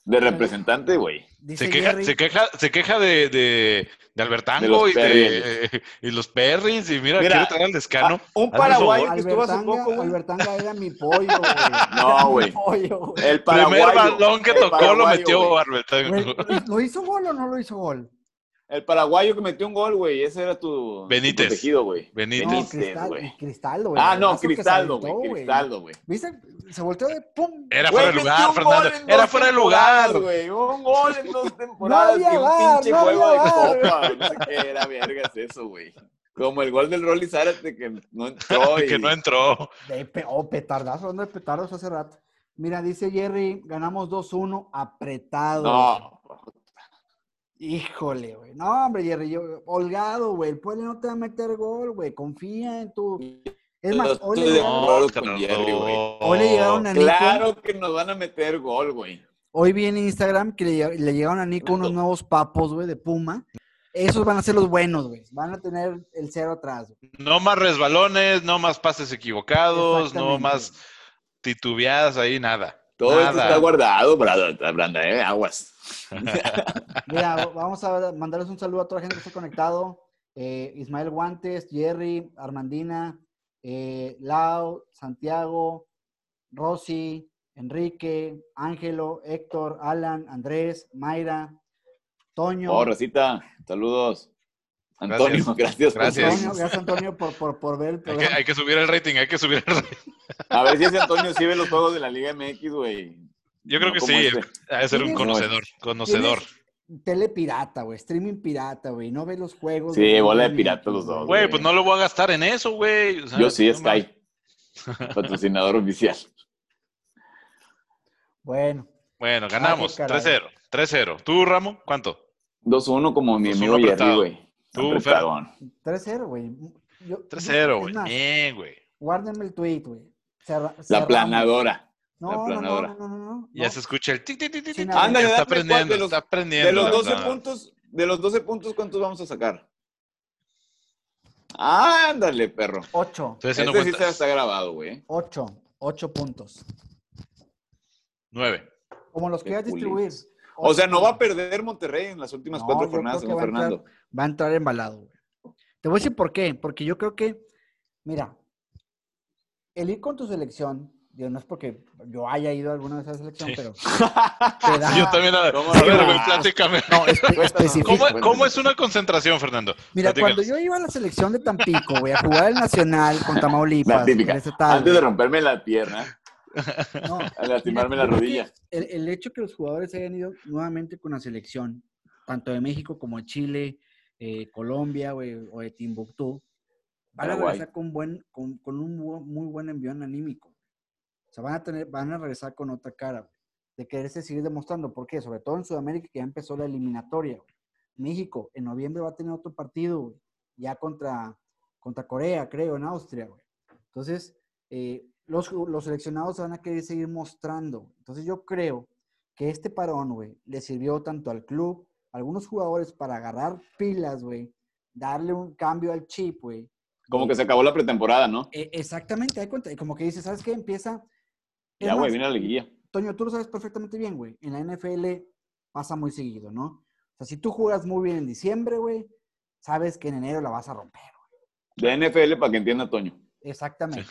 [SPEAKER 3] De representante, güey.
[SPEAKER 2] Dice
[SPEAKER 1] Se queja,
[SPEAKER 2] Jerry,
[SPEAKER 1] se queja, se queja de, de, de Albertango y,
[SPEAKER 3] De los
[SPEAKER 1] de, <laughs> y los perris. Y mira,
[SPEAKER 3] Mira,
[SPEAKER 1] quiero traer al Lescano.
[SPEAKER 3] Ah, un
[SPEAKER 1] Hazme
[SPEAKER 3] paraguayo que estuvo hace
[SPEAKER 2] Albertanga,
[SPEAKER 3] poco, güey.
[SPEAKER 2] Albertanga era mi pollo, güey.
[SPEAKER 3] <laughs> No,
[SPEAKER 2] Era mi
[SPEAKER 3] güey.
[SPEAKER 2] pollo, güey.
[SPEAKER 1] Primer
[SPEAKER 3] El paraguayo.
[SPEAKER 1] balón que
[SPEAKER 3] el
[SPEAKER 1] tocó lo
[SPEAKER 3] paraguayo,
[SPEAKER 1] metió
[SPEAKER 3] güey.
[SPEAKER 1] Albertango.
[SPEAKER 2] Güey, ¿Lo hizo gol o no lo hizo gol?
[SPEAKER 3] El paraguayo que metió un gol, güey. Ese era tu.
[SPEAKER 1] Benítez.
[SPEAKER 3] tu protegido, güey.
[SPEAKER 1] Benítez.
[SPEAKER 2] No,
[SPEAKER 3] Benítez,
[SPEAKER 2] Cristal,
[SPEAKER 3] güey.
[SPEAKER 2] Cristaldo, güey.
[SPEAKER 3] Ah,
[SPEAKER 2] el
[SPEAKER 3] no,
[SPEAKER 2] brazo que se
[SPEAKER 3] Cristaldo,
[SPEAKER 2] aventó,
[SPEAKER 3] güey. Cristaldo, güey.
[SPEAKER 2] ¿Viste? Se volteó de pum.
[SPEAKER 1] Era
[SPEAKER 3] Güey,
[SPEAKER 1] fuera de
[SPEAKER 3] metió
[SPEAKER 1] lugar,
[SPEAKER 3] un
[SPEAKER 1] Fernando.
[SPEAKER 3] gol en
[SPEAKER 1] Era
[SPEAKER 3] dos
[SPEAKER 1] fuera de lugar.
[SPEAKER 3] temporadas, güey. Un gol en
[SPEAKER 1] <laughs>
[SPEAKER 3] dos temporadas
[SPEAKER 2] No había
[SPEAKER 3] que un
[SPEAKER 2] VAR,
[SPEAKER 3] pinche
[SPEAKER 2] no había
[SPEAKER 3] juego de
[SPEAKER 2] VAR.
[SPEAKER 3] copa. No sé qué era, vergas, eso, güey. Como el gol del Rolly Zárate que no entró.
[SPEAKER 1] <laughs>
[SPEAKER 3] Y...
[SPEAKER 1] Que no entró.
[SPEAKER 2] De pe- oh, petardazo, hablando de petardos hace rato. Mira, dice Jerry, ganamos 2-1 apretado.
[SPEAKER 3] No.
[SPEAKER 2] Híjole, güey. No, hombre, Jerry, yo, holgado, güey. El pueblo no te va a meter gol, güey. Confía en tu. Es más,
[SPEAKER 3] Los
[SPEAKER 2] hoy
[SPEAKER 3] de-
[SPEAKER 2] le llegaron,
[SPEAKER 3] No,
[SPEAKER 1] No,
[SPEAKER 3] con Jerry, güey.
[SPEAKER 2] hoy le llegaron a Nico.
[SPEAKER 3] Claro que nos van a meter gol, güey.
[SPEAKER 2] Hoy vi en Instagram que le, lle- le llegaron a Nico unos nuevos papos, güey, de Puma. Esos van a ser los buenos, güey. Van a tener el cero atrás, güey.
[SPEAKER 1] No más resbalones, no más pases equivocados, no
[SPEAKER 2] Exactamente.
[SPEAKER 1] más titubeadas ahí, nada.
[SPEAKER 3] Todo esto
[SPEAKER 1] Nada.
[SPEAKER 3] está guardado, Branda, Branda, eh, aguas.
[SPEAKER 1] <laughs>
[SPEAKER 2] Mira, va- vamos a mandarles un saludo a toda la gente que está conectado. Eh, Ismael Guantes, Jerry, Armandina, eh, Lau, Santiago, Rosy, Enrique, Ángelo, Héctor, Alan, Andrés, Mayra, Toño.
[SPEAKER 3] Oh, Rosita, saludos. Antonio, gracias. por
[SPEAKER 1] Gracias.
[SPEAKER 2] Antonio, gracias Antonio por, por, por ver el
[SPEAKER 1] Hay que,
[SPEAKER 2] programa.
[SPEAKER 1] hay que subir el rating, hay que subir el rating.
[SPEAKER 3] A ver si ese Antonio sí ve los juegos de la Liga MX, güey.
[SPEAKER 1] Yo creo
[SPEAKER 3] No
[SPEAKER 1] que
[SPEAKER 3] como
[SPEAKER 1] sí,
[SPEAKER 3] este.
[SPEAKER 1] ha de ser un
[SPEAKER 2] ¿Tienes-
[SPEAKER 1] conocedor, conocedor.
[SPEAKER 2] Tele pirata, güey, streaming pirata, güey, no ve los juegos.
[SPEAKER 3] Sí,
[SPEAKER 2] güey,
[SPEAKER 3] bola de
[SPEAKER 2] no ve
[SPEAKER 3] pirata
[SPEAKER 2] ni-
[SPEAKER 3] los dos,
[SPEAKER 1] Güey, pues no lo voy a gastar en eso, güey. O sea,
[SPEAKER 3] Yo sí,
[SPEAKER 1] no mames.
[SPEAKER 3] Sky. Patrocinador oficial.
[SPEAKER 2] Bueno,
[SPEAKER 1] Bueno, ganamos.
[SPEAKER 2] Ah, qué caray.
[SPEAKER 1] 3-0. 3-0. ¿Tú, Ramo? ¿Cuánto?
[SPEAKER 3] 2-1 como mi
[SPEAKER 1] 2-1
[SPEAKER 3] amigo Jerry,
[SPEAKER 1] Pues apretado.
[SPEAKER 3] güey.
[SPEAKER 1] Tú,
[SPEAKER 3] Apretadón.
[SPEAKER 2] 3-0, güey. Yo-
[SPEAKER 1] 3-0,
[SPEAKER 2] es
[SPEAKER 1] güey.
[SPEAKER 2] más,
[SPEAKER 1] Bien, güey.
[SPEAKER 2] Guárdenme el tweet, güey. Cerra-
[SPEAKER 3] La
[SPEAKER 2] cerramos.
[SPEAKER 3] planadora.
[SPEAKER 2] No,
[SPEAKER 3] la
[SPEAKER 2] no, no,
[SPEAKER 3] planadora.
[SPEAKER 2] no, no, no, no.
[SPEAKER 1] Ya se escucha el tic, tic, tic, tic,
[SPEAKER 2] Sí,
[SPEAKER 1] tic.
[SPEAKER 2] nada.
[SPEAKER 3] Ándale,
[SPEAKER 1] está
[SPEAKER 3] dame cuál de
[SPEAKER 1] aprendiendo,
[SPEAKER 3] los-
[SPEAKER 1] está aprendiendo.
[SPEAKER 3] De los 12
[SPEAKER 1] nada.
[SPEAKER 3] puntos, de los 12 puntos, ¿cuántos vamos a sacar? Ándale, perro.
[SPEAKER 2] 8,
[SPEAKER 1] Estoy
[SPEAKER 3] Este
[SPEAKER 1] haciendo
[SPEAKER 3] sí se
[SPEAKER 1] cuentas.
[SPEAKER 3] está grabado, güey.
[SPEAKER 2] 8, 8 puntos.
[SPEAKER 1] 9.
[SPEAKER 2] Como los
[SPEAKER 3] Qué
[SPEAKER 2] quieras distribuir.
[SPEAKER 3] culitos. O sea,
[SPEAKER 2] Ocho
[SPEAKER 3] no va a
[SPEAKER 2] puntos.
[SPEAKER 3] perder Monterrey en las últimas
[SPEAKER 2] No,
[SPEAKER 3] cuatro
[SPEAKER 2] yo
[SPEAKER 3] jornadas,
[SPEAKER 2] creo que
[SPEAKER 3] señor
[SPEAKER 2] va a entrar-
[SPEAKER 3] Fernando.
[SPEAKER 2] Va a entrar embalado, güey. Te voy a decir por qué. Porque yo creo que, mira, el ir con tu selección, digo, no es porque yo haya ido a alguna de esas
[SPEAKER 1] Sí.
[SPEAKER 2] selecciones,
[SPEAKER 1] <laughs>
[SPEAKER 2] pero te da-
[SPEAKER 1] Yo también. A,
[SPEAKER 3] ¿Cómo Ah.
[SPEAKER 1] a ver,
[SPEAKER 3] no?
[SPEAKER 1] güey, platícame.
[SPEAKER 2] No, espe- especifica.
[SPEAKER 1] ¿Cómo,
[SPEAKER 3] Cuéntanos.
[SPEAKER 1] cómo es una concentración, Fernando?
[SPEAKER 2] Mira, cuando
[SPEAKER 1] Platícanos.
[SPEAKER 2] yo iba a la selección de Tampico, güey, a jugar el Nacional con Tamaulipas,
[SPEAKER 3] La típica.
[SPEAKER 2] en ese tal,
[SPEAKER 3] Antes de
[SPEAKER 2] güey,
[SPEAKER 3] romperme la pierna,
[SPEAKER 2] no,
[SPEAKER 3] a <laughs> lastimarme
[SPEAKER 2] Mira,
[SPEAKER 3] la
[SPEAKER 2] yo creo
[SPEAKER 3] rodilla.
[SPEAKER 2] que El, el hecho que los jugadores hayan ido nuevamente con la selección, tanto de México como de Chile, eh, Colombia güey, o de Timbuktu, van a
[SPEAKER 3] Paraguay.
[SPEAKER 2] regresar con, buen, con, con un bu- muy buen envión anímico. O sea, van a, tener, van a regresar con otra cara. güey. de quererse seguir demostrando. ¿Por qué? Sobre todo en Sudamérica, que ya empezó la eliminatoria. Güey. México, en noviembre va a tener otro partido, güey, ya contra, contra Corea, creo, en Austria. Güey. Entonces, eh, los, los seleccionados van a querer seguir mostrando. güey. Entonces, yo creo que este parón, güey, le sirvió tanto al club, a algunos jugadores para agarrar pilas, güey, darle un cambio al chip, güey.
[SPEAKER 3] Como que se acabó la pretemporada, ¿no?
[SPEAKER 2] Eh, exactamente, hay cuenta. Como que dices, ¿sabes qué? Empieza. Es
[SPEAKER 3] Ya,
[SPEAKER 2] más,
[SPEAKER 3] güey, viene la liguilla.
[SPEAKER 2] Toño, tú lo sabes perfectamente bien, güey. En la NFL pasa muy seguido, ¿no? O sea, si tú juegas muy bien en diciembre, güey, sabes que en enero la vas a romper.
[SPEAKER 3] La NFL para que entienda Toño.
[SPEAKER 2] Exactamente.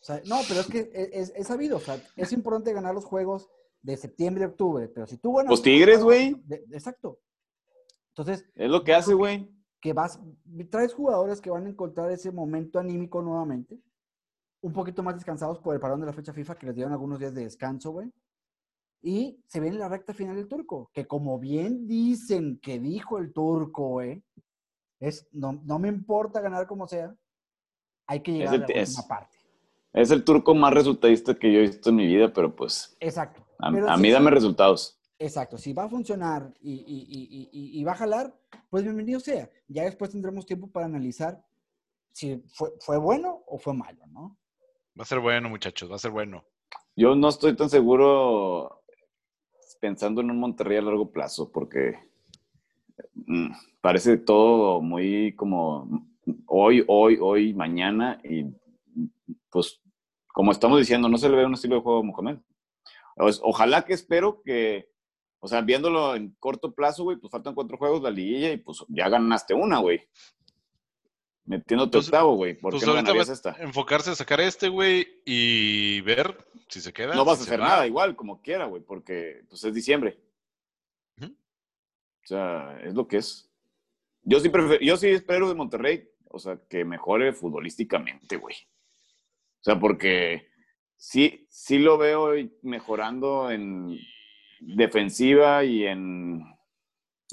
[SPEAKER 2] O sea, no, pero es que es, es- es sabido. O sea, es importante ganar los juegos de septiembre, octubre. Pero si tú ganas.
[SPEAKER 3] Los Tigres, güey.
[SPEAKER 2] De- exacto. Entonces,
[SPEAKER 3] Es lo que hace, güey.
[SPEAKER 2] que vas, traes jugadores que van a encontrar ese momento anímico nuevamente, un poquito más descansados por el parón de la fecha FIFA que les dieron algunos días de descanso, güey. Y se viene la recta final del turco, que como bien dicen que dijo el turco, güey, es no, no me importa ganar como sea, hay que llegar
[SPEAKER 3] Ese
[SPEAKER 2] a
[SPEAKER 3] te-
[SPEAKER 2] la
[SPEAKER 3] es-
[SPEAKER 2] última parte.
[SPEAKER 3] Es el turco más resultadista que yo he visto en mi vida, pero pues
[SPEAKER 2] Exacto.
[SPEAKER 3] a,
[SPEAKER 2] Pero
[SPEAKER 3] a
[SPEAKER 2] si-
[SPEAKER 3] mí dame resultados.
[SPEAKER 2] Exacto, si va a funcionar y, y- y- y- y va a jalar, pues bienvenido sea. Ya después tendremos tiempo para analizar si fue, fue bueno o fue malo, ¿no?
[SPEAKER 1] Va a ser bueno, muchachos, va a ser bueno.
[SPEAKER 3] Yo no estoy tan seguro pues, pensando en un Monterrey a largo plazo, porque mm, parece todo muy como hoy, hoy, hoy, mañana, y mm, pues como estamos diciendo, no se le ve un estilo de juego a Mohamed. Pues, ojalá que espero que, o sea, viéndolo en corto plazo, güey, pues faltan cuatro juegos, la liguilla, y pues ya ganaste una, güey. Metiéndote
[SPEAKER 1] Pues-
[SPEAKER 3] octavo, güey. ¿Por
[SPEAKER 1] pues
[SPEAKER 3] qué no
[SPEAKER 1] ahorita
[SPEAKER 3] ganarías
[SPEAKER 1] va-
[SPEAKER 3] esta?
[SPEAKER 1] Enfocarse a sacar este, güey, y ver si se queda.
[SPEAKER 3] No vas a
[SPEAKER 1] si se
[SPEAKER 3] hacer
[SPEAKER 1] va.
[SPEAKER 3] nada igual, como quiera, güey, porque pues es diciembre.
[SPEAKER 1] Ujú.
[SPEAKER 3] O sea, es lo que es. Yo sí, prefe- yo sí espero de Monterrey, o sea, que mejore futbolísticamente, güey. O sea, porque sí, sí lo veo mejorando en defensiva y en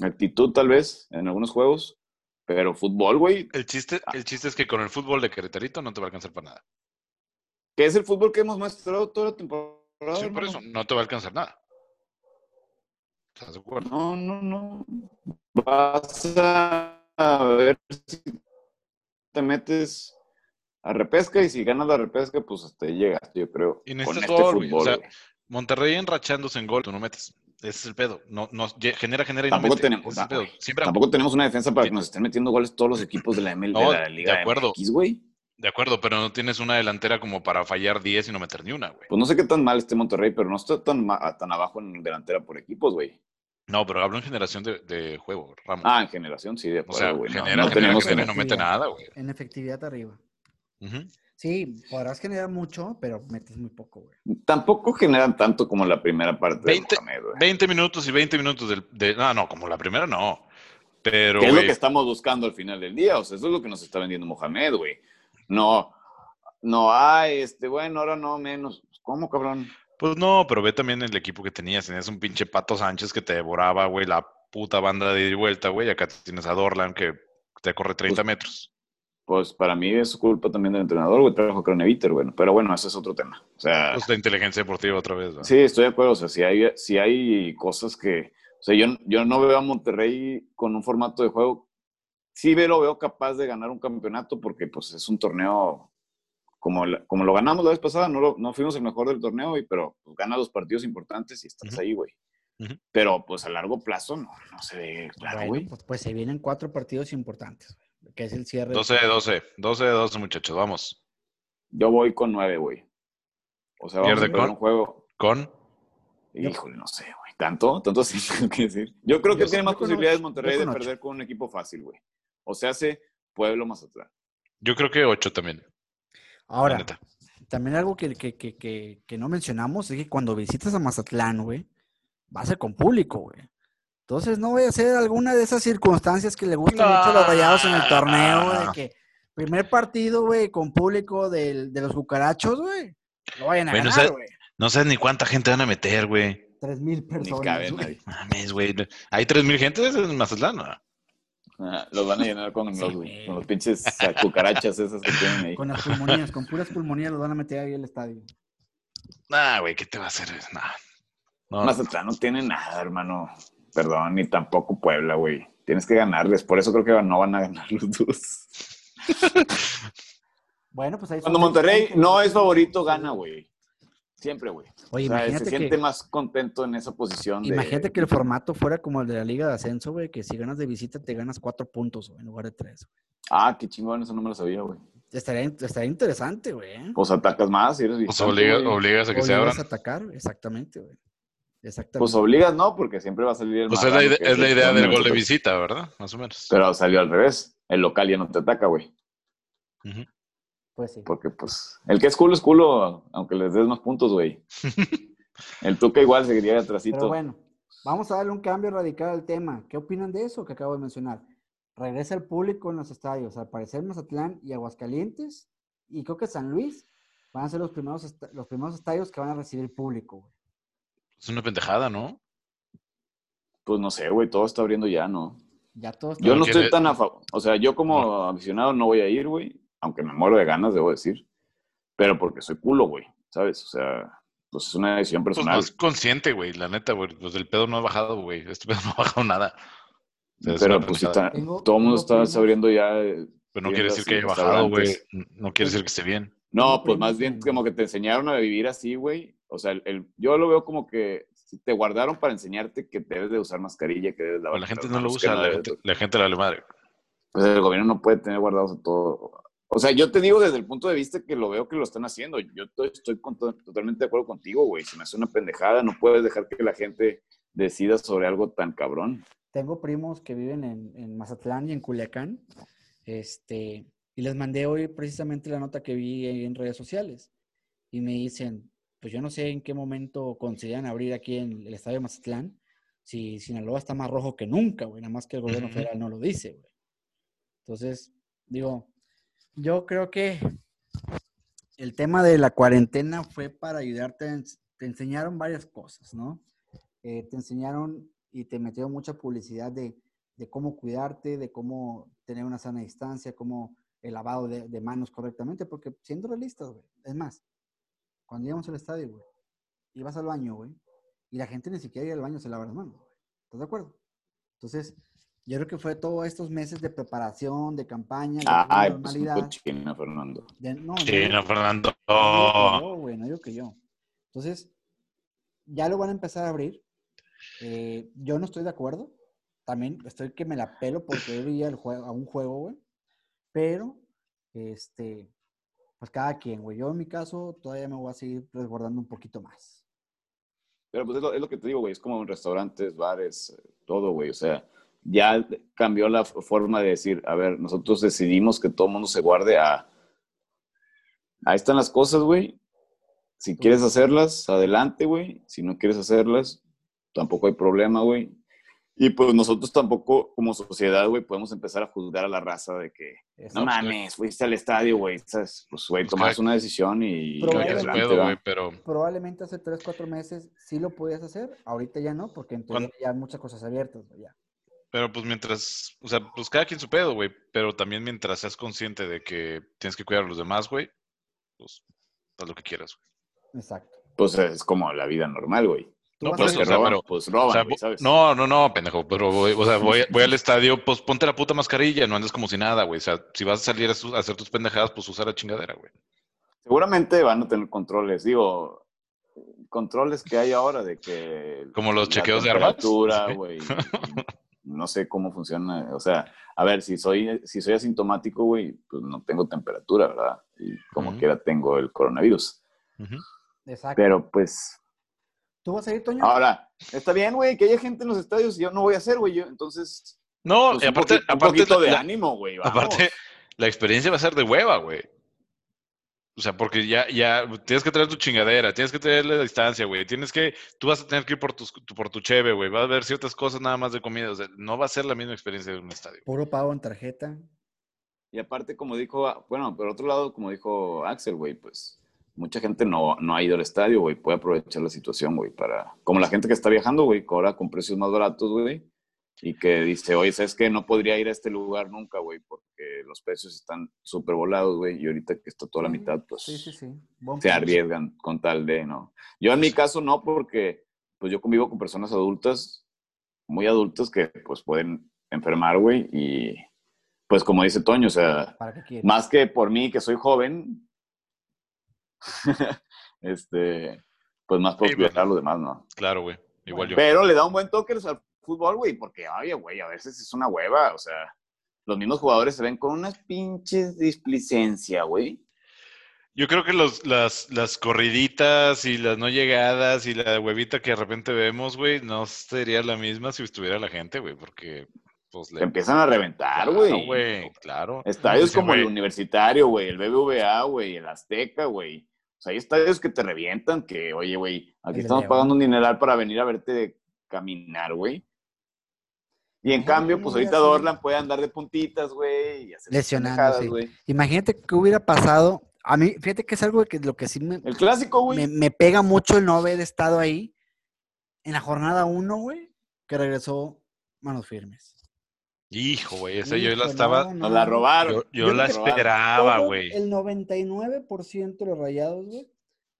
[SPEAKER 3] actitud, tal vez, en algunos juegos. Pero fútbol, güey,
[SPEAKER 1] El chiste,
[SPEAKER 3] Ah.
[SPEAKER 1] el chiste es que con el fútbol de Querétarito no te va a alcanzar para nada.
[SPEAKER 3] que es el fútbol que hemos mostrado toda la temporada.
[SPEAKER 1] Sí, por
[SPEAKER 3] hermano.
[SPEAKER 1] eso, no te va a alcanzar nada. ¿Estás de acuerdo?
[SPEAKER 3] No, no, no. Vas a a ver si te metes a repesca y si ganas la repesca, pues hasta ahí llegaste, yo creo.
[SPEAKER 1] Y
[SPEAKER 3] con
[SPEAKER 1] necesitas
[SPEAKER 3] este
[SPEAKER 1] gol,
[SPEAKER 3] fútbol.
[SPEAKER 1] güey, o sea,
[SPEAKER 3] güey.
[SPEAKER 1] Monterrey enrachándose en gol, tú no metes. Ese es el pedo. No, no, ye- genera, genera y
[SPEAKER 3] Tampoco
[SPEAKER 1] no mete.
[SPEAKER 3] tenemos-
[SPEAKER 1] Ese es el
[SPEAKER 3] ta-
[SPEAKER 1] pedo. Siempre,
[SPEAKER 3] Tampoco tenemos una defensa para que nos estén metiendo goles todos los equipos de la ML,
[SPEAKER 1] No,
[SPEAKER 3] de la Liga
[SPEAKER 1] de acuerdo.
[SPEAKER 3] MX, güey.
[SPEAKER 1] de acuerdo, pero no tienes una delantera como para fallar 10 y no meter ni una, güey.
[SPEAKER 3] Pues no sé qué tan mal esté Monterrey, pero no está tan, ma- tan abajo en delantera por equipos, güey.
[SPEAKER 1] No, pero hablo en generación de, de juego, Ramos.
[SPEAKER 3] Ah, en generación, sí, de
[SPEAKER 1] o sea,
[SPEAKER 3] acuerdo, güey. No,
[SPEAKER 1] genera,
[SPEAKER 3] no
[SPEAKER 1] genera,
[SPEAKER 3] tenemos
[SPEAKER 1] genera y
[SPEAKER 3] gener-
[SPEAKER 1] no mete nada, güey.
[SPEAKER 2] En efectividad arriba.
[SPEAKER 1] Ujú.
[SPEAKER 2] Sí, podrás generar mucho, pero metes muy poco, güey.
[SPEAKER 3] Tampoco generan tanto como la primera parte
[SPEAKER 1] Veinte-
[SPEAKER 3] de Mohamed, güey.
[SPEAKER 1] 20 minutos y 20 minutos del- de, No, no, como la primera no. Pero,
[SPEAKER 3] Que es lo
[SPEAKER 1] güey,
[SPEAKER 3] que estamos buscando al final del día, o sea, eso es lo que nos está vendiendo Mohamed, güey. No, no, ay, este, bueno, ahora no, menos. ¿Cómo, cabrón?
[SPEAKER 1] pues no, pero ve también el equipo que tenías. Tenías un pinche Pato Sánchez que te devoraba, güey, la puta banda de ida y vuelta, güey. y Acá tienes a Dorlan que te corre 30 metros.
[SPEAKER 3] Pues para mí es culpa también del entrenador, güey, trajo a Croneviter, bueno, pero bueno, ese es otro tema. O sea,
[SPEAKER 1] Pues la inteligencia deportiva otra vez, ¿no?
[SPEAKER 3] ah. sí, estoy de acuerdo, o sea, si hay, si hay cosas que, o sea, yo, yo no veo a Monterrey con un formato de juego, sí ve- lo veo capaz de ganar un campeonato porque pues es un torneo como, la- como lo ganamos la vez pasada, no, lo- no fuimos el mejor del torneo, güey, pero pues, gana los partidos importantes y estás
[SPEAKER 1] Ujú.
[SPEAKER 3] ahí, güey.
[SPEAKER 1] Ujú.
[SPEAKER 3] Pero pues a largo plazo no, no se ve claro,
[SPEAKER 2] Bueno,
[SPEAKER 3] güey.
[SPEAKER 2] pues, pues se vienen cuatro partidos importantes, güey, que es el cierre.
[SPEAKER 1] 12 de 12, 12 de 12, muchachos, vamos.
[SPEAKER 3] Yo voy con nueve, güey. O sea, vamos a
[SPEAKER 1] ¿Pierde
[SPEAKER 3] perder
[SPEAKER 1] con?
[SPEAKER 3] un juego.
[SPEAKER 1] Con.
[SPEAKER 2] Yo-
[SPEAKER 3] Híjole, no sé, güey. ¿Tanto? ¿Tanto <laughs> sí tengo que decir? Yo creo que
[SPEAKER 2] Yo sí,
[SPEAKER 3] tiene
[SPEAKER 2] yo
[SPEAKER 3] más
[SPEAKER 2] con
[SPEAKER 3] posibilidades
[SPEAKER 2] ocho,
[SPEAKER 3] Monterrey
[SPEAKER 2] yo
[SPEAKER 3] de
[SPEAKER 2] con ocho.
[SPEAKER 3] perder con un equipo fácil, güey. O sea, hace Pueblo Mazatlán.
[SPEAKER 1] Yo creo que 8 también.
[SPEAKER 2] Ahora,
[SPEAKER 1] La neta.
[SPEAKER 2] también algo que, que, que, que, que no mencionamos es que cuando visitas a Mazatlán, güey, va a ser con público, güey. Entonces no voy a ser alguna de esas circunstancias que le gustan mucho a los rayados en el torneo, güey, de que primer partido, güey, con público del, de los cucarachos, güey. Lo vayan a
[SPEAKER 1] Güey, no
[SPEAKER 2] ganar,
[SPEAKER 1] sé-
[SPEAKER 2] güey.
[SPEAKER 1] No sabes ni cuánta gente van a meter, güey.
[SPEAKER 2] Tres mil
[SPEAKER 3] Ni cabe
[SPEAKER 2] personas, güey.
[SPEAKER 3] nadie.
[SPEAKER 1] Mames, güey. Hay 3.000 gentes en Mazatlán, ¿no?
[SPEAKER 3] Ajá, Los van a llenar con,
[SPEAKER 2] Sí,
[SPEAKER 3] los,
[SPEAKER 2] güey.
[SPEAKER 3] con los pinches ah, cucarachas esas que tienen
[SPEAKER 2] <laughs>
[SPEAKER 3] ahí.
[SPEAKER 2] Con las pulmonías, con puras pulmonías los van a meter ahí al estadio.
[SPEAKER 1] Nah, güey, ¿qué te va a hacer? Nah. No,
[SPEAKER 3] Mazatlán no tiene nada, hermano. Perdón, ni tampoco Puebla, güey. Tienes que ganarles. Por eso creo que no van a ganar los dos.
[SPEAKER 2] Bueno, pues ahí son
[SPEAKER 3] Cuando
[SPEAKER 2] seis
[SPEAKER 3] Monterrey
[SPEAKER 2] puntos.
[SPEAKER 3] no es favorito, gana, güey. Siempre, güey.
[SPEAKER 2] Oye,
[SPEAKER 3] O sea, se
[SPEAKER 2] imagínate,
[SPEAKER 3] siente
[SPEAKER 2] que,
[SPEAKER 3] más contento en esa posición. de-
[SPEAKER 2] imagínate que el formato fuera como el de la Liga de Ascenso, güey, que si ganas de visita te ganas cuatro puntos, güey, en lugar de tres. güey.
[SPEAKER 3] Ah, qué chingón, eso no me lo sabía, güey.
[SPEAKER 2] Estaría, estaría interesante, güey. ¿eh?
[SPEAKER 3] Pues atacas más y eres
[SPEAKER 1] pues
[SPEAKER 3] visitante,
[SPEAKER 1] obliga-
[SPEAKER 3] güey.
[SPEAKER 1] obligas a que se
[SPEAKER 2] Obligas
[SPEAKER 1] abran.
[SPEAKER 2] a atacar, güey, exactamente, güey. Exactamente.
[SPEAKER 3] Pues obligas, ¿no? Porque siempre va a salir el
[SPEAKER 1] Pues
[SPEAKER 3] más
[SPEAKER 1] es la,
[SPEAKER 3] grande,
[SPEAKER 1] ide-
[SPEAKER 3] que
[SPEAKER 1] es la
[SPEAKER 3] el
[SPEAKER 1] idea del
[SPEAKER 3] grande,
[SPEAKER 1] gol de
[SPEAKER 3] pero-
[SPEAKER 1] visita, ¿verdad? Más o menos.
[SPEAKER 3] Pero salió al revés. El local ya no te ataca, güey.
[SPEAKER 1] Ujú.
[SPEAKER 2] Pues sí.
[SPEAKER 3] Porque, pues, el que es culo es culo, aunque les des más puntos,
[SPEAKER 1] <laughs>
[SPEAKER 3] güey. El Tuca igual seguiría atrasito.
[SPEAKER 2] Pero bueno, vamos a darle un cambio radical al tema. ¿Qué opinan de eso que acabo de mencionar? Regresa el público en los estadios. Al parecer Mazatlán y Aguascalientes y creo que San Luis van a ser los primeros, esta- los primeros estadios que van a recibir público. güey.
[SPEAKER 1] Es una pendejada, ¿no?
[SPEAKER 3] Pues no sé, güey, todo está abriendo ya, ¿no?
[SPEAKER 2] Ya todos
[SPEAKER 3] Yo
[SPEAKER 1] No,
[SPEAKER 3] no
[SPEAKER 1] que
[SPEAKER 3] estoy
[SPEAKER 1] le-
[SPEAKER 3] tan a favor. O sea, yo como aficionado no voy a ir, güey. Aunque me muero de ganas, debo decir. Pero porque soy culo, güey. ¿Sabes? O sea, pues es una decisión
[SPEAKER 1] Pues
[SPEAKER 3] personal.
[SPEAKER 1] no es consciente, güey, la neta, güey. Pues el pedo no ha bajado, güey. Este pedo no ha bajado nada. O sea, es
[SPEAKER 3] pero
[SPEAKER 1] una
[SPEAKER 3] pues
[SPEAKER 1] pendejada.
[SPEAKER 3] está-
[SPEAKER 2] Tengo-
[SPEAKER 3] todo el mundo
[SPEAKER 2] tengo
[SPEAKER 3] está
[SPEAKER 2] primos-
[SPEAKER 3] abriendo ya. eh,
[SPEAKER 1] Pero no quiere decir que haya
[SPEAKER 3] tiendas y
[SPEAKER 1] bajado, güey.
[SPEAKER 3] restaurantes.
[SPEAKER 1] No quiere decir que esté bien.
[SPEAKER 3] No,
[SPEAKER 2] Tengo
[SPEAKER 3] pues más
[SPEAKER 2] primos
[SPEAKER 3] bien
[SPEAKER 2] en-
[SPEAKER 3] como que te enseñaron a vivir así, güey. O sea, el, el- yo lo veo como que te guardaron para enseñarte que debes de usar mascarilla, que debes
[SPEAKER 1] Pero la
[SPEAKER 3] lavar las
[SPEAKER 1] gente no lo
[SPEAKER 3] manos, que
[SPEAKER 1] usa, la
[SPEAKER 3] debes-
[SPEAKER 1] gente, la gente le vale madre.
[SPEAKER 3] pues el gobierno no puede tener guardados a todo. O sea, yo te digo desde el punto de vista que lo veo que lo están haciendo. Yo to- estoy con- to- totalmente de acuerdo contigo, güey. Se me hace una pendejada. No puedes dejar que la gente decida sobre algo tan cabrón.
[SPEAKER 2] tengo primos que viven en, en Mazatlán y en Culiacán. Este, y les mandé hoy precisamente la nota que vi ahí en redes sociales. Y me dicen, pues yo no sé en qué momento consideran abrir aquí en el estadio de Mazatlán, si Sinaloa está más rojo que nunca, güey, nada más que el gobierno
[SPEAKER 1] Ujú.
[SPEAKER 2] federal no lo dice, güey. Entonces, digo, yo creo que el tema de la cuarentena fue para ayudarte, a ens- te enseñaron varias cosas, ¿no? eh, te enseñaron y te metieron mucha publicidad de, de cómo cuidarte, de cómo tener una sana distancia, cómo el lavado de, de manos correctamente, porque siendo realistas, güey, es más, cuando íbamos al estadio, güey, ibas al baño, güey, y la gente ni siquiera iba al baño, se lava las manos, güey. ¿Estás de acuerdo? Entonces, yo creo que fue todos estos meses de preparación, de campaña, de nueva
[SPEAKER 3] Ay, pues
[SPEAKER 2] normalidad.
[SPEAKER 3] cochina, Fernando.
[SPEAKER 2] de- no,
[SPEAKER 1] Sí,
[SPEAKER 2] no,
[SPEAKER 1] no, Fernando. Oh.
[SPEAKER 2] no digo que yo, güey, no digo que yo. Entonces, ya lo van a empezar a abrir. Eh, yo no estoy de acuerdo. También estoy que me la pelo porque yo iría al jue- a un juego, güey. Pero, este, pues cada quien, güey. Yo en mi caso todavía me voy a seguir resguardando un poquito más.
[SPEAKER 3] Pero pues es lo, es lo que te digo, güey. Es como en restaurantes, bares, eh, todo, güey. O sea, ya cambió la f- forma de decir, a ver, nosotros decidimos que todo el mundo se guarde a... Ahí están las cosas, güey. Si quieres hacerlas, adelante, güey. Si no quieres hacerlas, tampoco hay problema, güey. Y pues nosotros tampoco, como sociedad, güey, podemos empezar a juzgar a la raza de que, no
[SPEAKER 2] Exacto.
[SPEAKER 3] mames, fuiste al estadio, güey. ¿sabes? Pues, güey,
[SPEAKER 1] Pues
[SPEAKER 3] tomas
[SPEAKER 1] cada-
[SPEAKER 3] una decisión y...
[SPEAKER 2] Pero
[SPEAKER 1] Cada
[SPEAKER 2] vaya
[SPEAKER 1] quien su
[SPEAKER 2] adelante,
[SPEAKER 1] pedo,
[SPEAKER 3] va.
[SPEAKER 1] güey, pero
[SPEAKER 2] Probablemente hace 3, 4 meses sí lo podías hacer. Ahorita ya no, porque en teoría
[SPEAKER 1] Cuando-
[SPEAKER 2] ya hay muchas cosas abiertas, güey. Ya.
[SPEAKER 1] Pero pues mientras, o sea, pues cada quien su pedo, güey. Pero también mientras seas consciente de que tienes que cuidar a los demás, güey, pues haz lo que quieras, güey.
[SPEAKER 2] Exacto.
[SPEAKER 3] Pues es como la vida normal, güey.
[SPEAKER 2] Tú
[SPEAKER 1] No,
[SPEAKER 2] vas
[SPEAKER 1] por
[SPEAKER 2] a
[SPEAKER 1] eso,
[SPEAKER 2] ver-
[SPEAKER 1] o sea, pero-
[SPEAKER 3] pues
[SPEAKER 1] O sea,
[SPEAKER 3] roban,
[SPEAKER 1] vo-
[SPEAKER 3] güey, ¿sabes?
[SPEAKER 1] no, no, no, pendejo, pero voy, o sea, voy, voy al estadio, pues ponte la puta mascarilla, no andes como si nada, güey. O sea, si vas a salir a, su- a hacer tus pendejadas, pues usa la chingadera, güey.
[SPEAKER 3] Seguramente van a tener controles, digo, controles que hay ahora de que...
[SPEAKER 1] Como los
[SPEAKER 3] la
[SPEAKER 1] chequeos de armas.
[SPEAKER 3] temperatura,
[SPEAKER 1] Sí. <laughs>
[SPEAKER 3] güey, No sé cómo funciona, o sea, a ver, si soy, si soy asintomático, güey, pues no tengo temperatura, ¿verdad? Y como
[SPEAKER 1] Ujú.
[SPEAKER 3] quiera tengo el coronavirus.
[SPEAKER 1] Ujú.
[SPEAKER 2] Exacto.
[SPEAKER 3] Pero Ah. pues,
[SPEAKER 2] ¿Tú vas a ir, Toño?
[SPEAKER 3] ahora, está bien, güey, que haya gente en los estadios y yo no voy a hacer, güey, yo- entonces...
[SPEAKER 1] No,
[SPEAKER 3] pues,
[SPEAKER 1] y
[SPEAKER 3] un
[SPEAKER 1] aparte,
[SPEAKER 3] poquito- un
[SPEAKER 1] aparte,
[SPEAKER 3] poquito
[SPEAKER 1] la-
[SPEAKER 3] de
[SPEAKER 1] la-
[SPEAKER 3] ánimo, güey, vamos.
[SPEAKER 1] aparte, la experiencia va a ser de hueva, güey. O sea, porque ya, ya tienes que traer tu chingadera, tienes que traer la distancia, güey. Tienes que, tú vas a tener que ir por, tus, tu- por tu cheve, güey. Va a haber ciertas cosas nada más de comida. O sea, no va a ser la misma experiencia de un estadio.
[SPEAKER 2] Puro pago en tarjeta.
[SPEAKER 3] Y aparte, como dijo, ah, bueno, por otro lado, como dijo Axel, güey, pues mucha gente no, no ha ido al estadio, güey, puede aprovechar la situación, güey, para, como la gente que está viajando, güey, que ahora con precios más baratos, güey, y que dice, oye, ¿sabes qué? No podría ir a este lugar nunca, güey, porque los precios están súper volados, güey, y ahorita que está toda la
[SPEAKER 2] Sí,
[SPEAKER 3] mitad, pues
[SPEAKER 2] Sí, sí, sí. Buen punto.
[SPEAKER 3] se arriesgan con tal de, ¿no? Yo en mi caso no, porque pues yo convivo con personas adultas, muy adultas, que pues pueden enfermar, güey, y pues como dice Toño, o sea,
[SPEAKER 2] ¿Para qué quieres?
[SPEAKER 3] más que por mí, que soy joven, <laughs> este, pues más por
[SPEAKER 1] Sí, bueno.
[SPEAKER 3] cuidar a los demás, ¿no?
[SPEAKER 1] Claro, güey. Igual yo.
[SPEAKER 3] Pero le da un buen toque al fútbol, güey, porque, oye, güey, a veces es una hueva, o sea, los mismos jugadores se ven con unas pinches displicencia, güey.
[SPEAKER 1] Yo creo que los, las, las corriditas y las no llegadas y la huevita que de repente vemos, güey, no sería la misma si estuviera la gente, güey, porque pues
[SPEAKER 3] Se
[SPEAKER 1] le...
[SPEAKER 3] empiezan a reventar, güey.
[SPEAKER 1] Claro.
[SPEAKER 3] Estadios
[SPEAKER 1] Dice,
[SPEAKER 3] como el
[SPEAKER 1] güey,
[SPEAKER 3] Universitario, güey, el BBVA, güey, el Azteca, güey. O sea, hay estadios que te revientan, que, oye, güey,
[SPEAKER 2] El
[SPEAKER 3] aquí
[SPEAKER 2] de
[SPEAKER 3] estamos
[SPEAKER 2] León.
[SPEAKER 3] pagando un dineral para venir a verte caminar, güey. Y en
[SPEAKER 2] Ay,
[SPEAKER 3] cambio, pues ahorita
[SPEAKER 2] así.
[SPEAKER 3] Dorlan puede andar de puntitas, güey, y hacer sus
[SPEAKER 2] Lesionándose.
[SPEAKER 3] pendejadas, güey.
[SPEAKER 2] Imagínate qué hubiera pasado. A mí, fíjate que es algo que lo que sí me,
[SPEAKER 3] El clásico, güey.
[SPEAKER 2] me, me pega mucho el no haber estado ahí en la jornada 1, güey, que regresó manos firmes.
[SPEAKER 1] Hijo, güey, esa yo la
[SPEAKER 2] Híjole,
[SPEAKER 1] estaba...
[SPEAKER 2] no,
[SPEAKER 3] Nos
[SPEAKER 2] no,
[SPEAKER 3] la
[SPEAKER 2] no.
[SPEAKER 3] robaron.
[SPEAKER 1] Yo, yo
[SPEAKER 2] Yo
[SPEAKER 1] la
[SPEAKER 2] creo que
[SPEAKER 1] esperaba,
[SPEAKER 2] Todo
[SPEAKER 1] güey.
[SPEAKER 2] El 99% de los rayados, güey,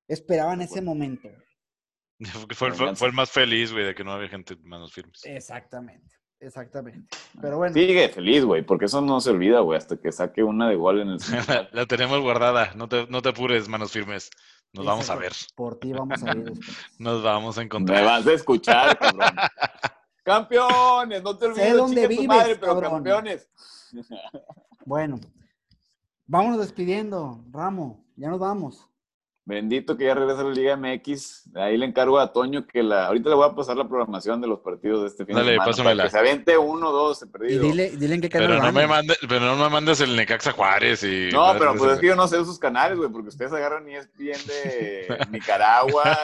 [SPEAKER 2] esperaban ese momento. güey.
[SPEAKER 1] Que <laughs> Fue, el- fue- fue el más feliz, güey, de que no había gente manos firmes.
[SPEAKER 3] Eh,
[SPEAKER 2] Exactamente, exactamente.
[SPEAKER 3] Ah.
[SPEAKER 2] Pero bueno,
[SPEAKER 3] Sigue feliz, güey, porque eso no se olvida, güey, hasta que saque una de gol
[SPEAKER 1] <laughs>
[SPEAKER 3] en el
[SPEAKER 1] <laughs>
[SPEAKER 3] <laughs>
[SPEAKER 1] La, la tenemos guardada. No te, no te apures, manos firmes. Nos vamos a
[SPEAKER 2] exacto,
[SPEAKER 1] ver.
[SPEAKER 2] Por ti vamos a ir
[SPEAKER 3] <laughs>
[SPEAKER 2] después.
[SPEAKER 1] Nos vamos a encontrar.
[SPEAKER 3] Me vas a escuchar,
[SPEAKER 1] <laughs>
[SPEAKER 3] cabrón. campeones, no te olvides,
[SPEAKER 2] Sé dónde
[SPEAKER 3] chinga tu
[SPEAKER 2] vives,
[SPEAKER 3] madre, pero
[SPEAKER 2] cabrón.
[SPEAKER 3] campeones.
[SPEAKER 2] Bueno, vámonos despidiendo, Ramo, ya nos vamos.
[SPEAKER 3] Bendito que ya regresa la Liga MX. Ahí le encargo a Toño que la. Ahorita le voy a pasar la programación de los partidos de este fin
[SPEAKER 1] Dale,
[SPEAKER 3] de semana.
[SPEAKER 1] pásamela.
[SPEAKER 3] para que se aviente uno, dos, se
[SPEAKER 2] Y
[SPEAKER 3] perdido.
[SPEAKER 2] dile, dile en qué canal
[SPEAKER 1] Pero no,
[SPEAKER 2] van,
[SPEAKER 1] me
[SPEAKER 2] güey.
[SPEAKER 1] mandes, pero no me mandes el Necaxa Juárez y...
[SPEAKER 3] no, pero pues es que yo no sé sus canales, güey, porque ustedes agarran ESPN de
[SPEAKER 1] <laughs>
[SPEAKER 3] Nicaragua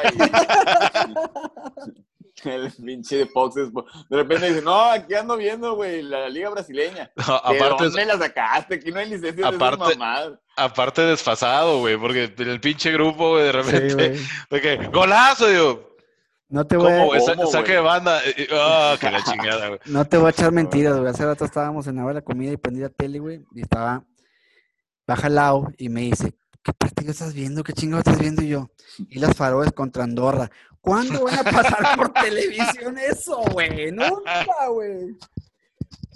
[SPEAKER 3] y <laughs> el pinche de Fox. Sports. De repente dicen, no, aquí ando viendo, güey, la Liga Brasileña.
[SPEAKER 1] <laughs> No,
[SPEAKER 3] ¿De
[SPEAKER 1] aparte,
[SPEAKER 3] dónde la sacaste? Aquí no hay licencia de
[SPEAKER 1] Aparte-
[SPEAKER 3] esas mamadas.
[SPEAKER 1] aparte desfasado, güey, porque el pinche grupo, güey, de
[SPEAKER 2] Sí,
[SPEAKER 1] repente...
[SPEAKER 2] güey.
[SPEAKER 1] <laughs> de que, ¡Golazo! Digo,
[SPEAKER 2] No te voy a-
[SPEAKER 1] ¿cómo, güey? Sa-
[SPEAKER 3] ¿Cómo,
[SPEAKER 1] Saque
[SPEAKER 3] güey?
[SPEAKER 1] de banda. Eh, eh, Ah,
[SPEAKER 3] <laughs>
[SPEAKER 1] que la chingada, güey.
[SPEAKER 2] No te voy a echar mentiras, güey. Hace rato estábamos en la hora de la comida y prendí la tele, güey. Y estaba baja Lau y me dice, ¿qué partido estás viendo? ¿Qué chingado estás viendo? Y yo, y las faroes contra Andorra. ¿Cuándo van a
[SPEAKER 1] <laughs>
[SPEAKER 2] pasar por televisión eso, güey? Nunca, güey.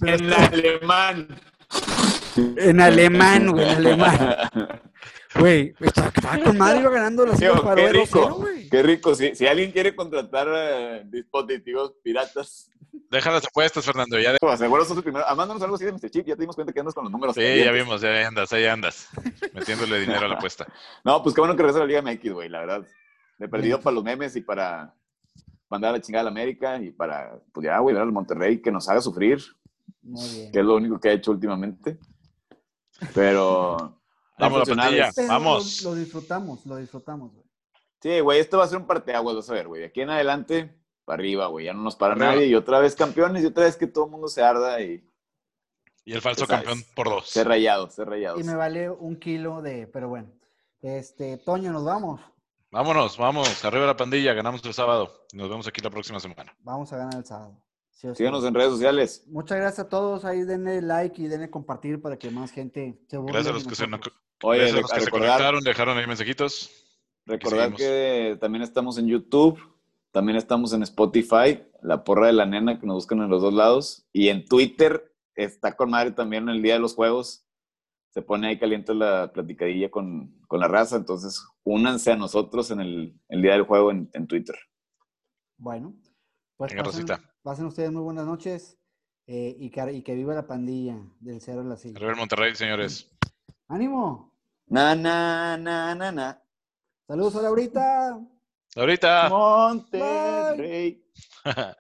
[SPEAKER 2] Pero
[SPEAKER 3] En
[SPEAKER 2] está-
[SPEAKER 3] alemán.
[SPEAKER 2] en alemán, güey, en alemán. Güey, estaba con madre, iba ganando las
[SPEAKER 3] Digo,
[SPEAKER 2] cinco
[SPEAKER 3] qué
[SPEAKER 2] faroes 2-0,
[SPEAKER 3] rico,
[SPEAKER 2] güey.
[SPEAKER 3] qué rico. Si, si alguien quiere contratar eh, dispositivos piratas,
[SPEAKER 1] Deja las apuestas, Fernando. Ya de-
[SPEAKER 3] pues, seguro sos el primero. Ah, mándanos algo así de Mr. Chip, ya te dimos cuenta que andas con los números.
[SPEAKER 1] Sí, ya
[SPEAKER 3] pendientes.
[SPEAKER 1] vimos, ya ahí andas, ahí andas. Metiéndole dinero a la apuesta.
[SPEAKER 3] No, pues qué bueno que regresa la Liga MX, güey, la verdad. De perdido para los memes y para mandar a la chingada a la América y para, pues ya, güey, al Monterrey que nos haga sufrir,
[SPEAKER 2] Muy bien.
[SPEAKER 3] que es lo único que ha hecho últimamente. Pero. va a
[SPEAKER 1] Vamos, la
[SPEAKER 3] funcionar,
[SPEAKER 1] pandilla.
[SPEAKER 3] es-
[SPEAKER 2] Pero
[SPEAKER 1] Vamos.
[SPEAKER 2] Lo, lo disfrutamos, lo disfrutamos, güey.
[SPEAKER 3] Sí, güey, esto va a ser un parteaguas, vas a ver, güey. De aquí en adelante, para arriba, güey. Ya no nos para
[SPEAKER 1] Arriba.
[SPEAKER 3] nadie. Y otra vez campeones, y otra vez que todo el mundo se arda y
[SPEAKER 1] Y el falso
[SPEAKER 3] Ya sabes.
[SPEAKER 1] campeón por dos.
[SPEAKER 3] se rayado, se rayado.
[SPEAKER 2] Y me vale un kilo de, pero bueno. Este, Toño, nos vamos.
[SPEAKER 1] Vámonos, vamos. Arriba la pandilla, ganamos el sábado. Nos vemos aquí la próxima semana.
[SPEAKER 2] Vamos a ganar el sábado. Sí o sí.
[SPEAKER 3] Síganos en redes sociales.
[SPEAKER 2] Muchas gracias a todos. Ahí denle like y denle compartir para que más gente se burle
[SPEAKER 1] Gracias a
[SPEAKER 2] de
[SPEAKER 1] los que se,
[SPEAKER 2] nosotros.
[SPEAKER 3] Oye,
[SPEAKER 1] gracias a
[SPEAKER 3] le-
[SPEAKER 1] los
[SPEAKER 3] a
[SPEAKER 1] que se
[SPEAKER 3] recordar,
[SPEAKER 1] conectaron, dejaron ahí mensajitos.
[SPEAKER 3] recordar
[SPEAKER 1] seguimos.
[SPEAKER 3] que también estamos en YouTube, también estamos en Spotify, La Porra de la Nena, que nos buscan en los dos lados. Y en Twitter, está con madre también el Día de los Juegos. Se pone ahí caliente la platicadilla con, con la raza. Entonces, únanse a nosotros en el, el Día del Juego en- en Twitter.
[SPEAKER 2] Bueno, pues
[SPEAKER 1] Venga,
[SPEAKER 2] pasen,
[SPEAKER 1] Rosita.
[SPEAKER 2] pasen ustedes muy buenas noches eh, y, que, y que viva la pandilla del cero a la silla.
[SPEAKER 1] Arriba el Monterrey, señores.
[SPEAKER 2] ¡Ánimo!
[SPEAKER 3] Na, na, na, na, na.
[SPEAKER 2] ¡Saludos a Laurita!
[SPEAKER 1] Ah.
[SPEAKER 3] <laughs>
[SPEAKER 1] Ahorita.
[SPEAKER 3] Monterrey.
[SPEAKER 1] Ajá.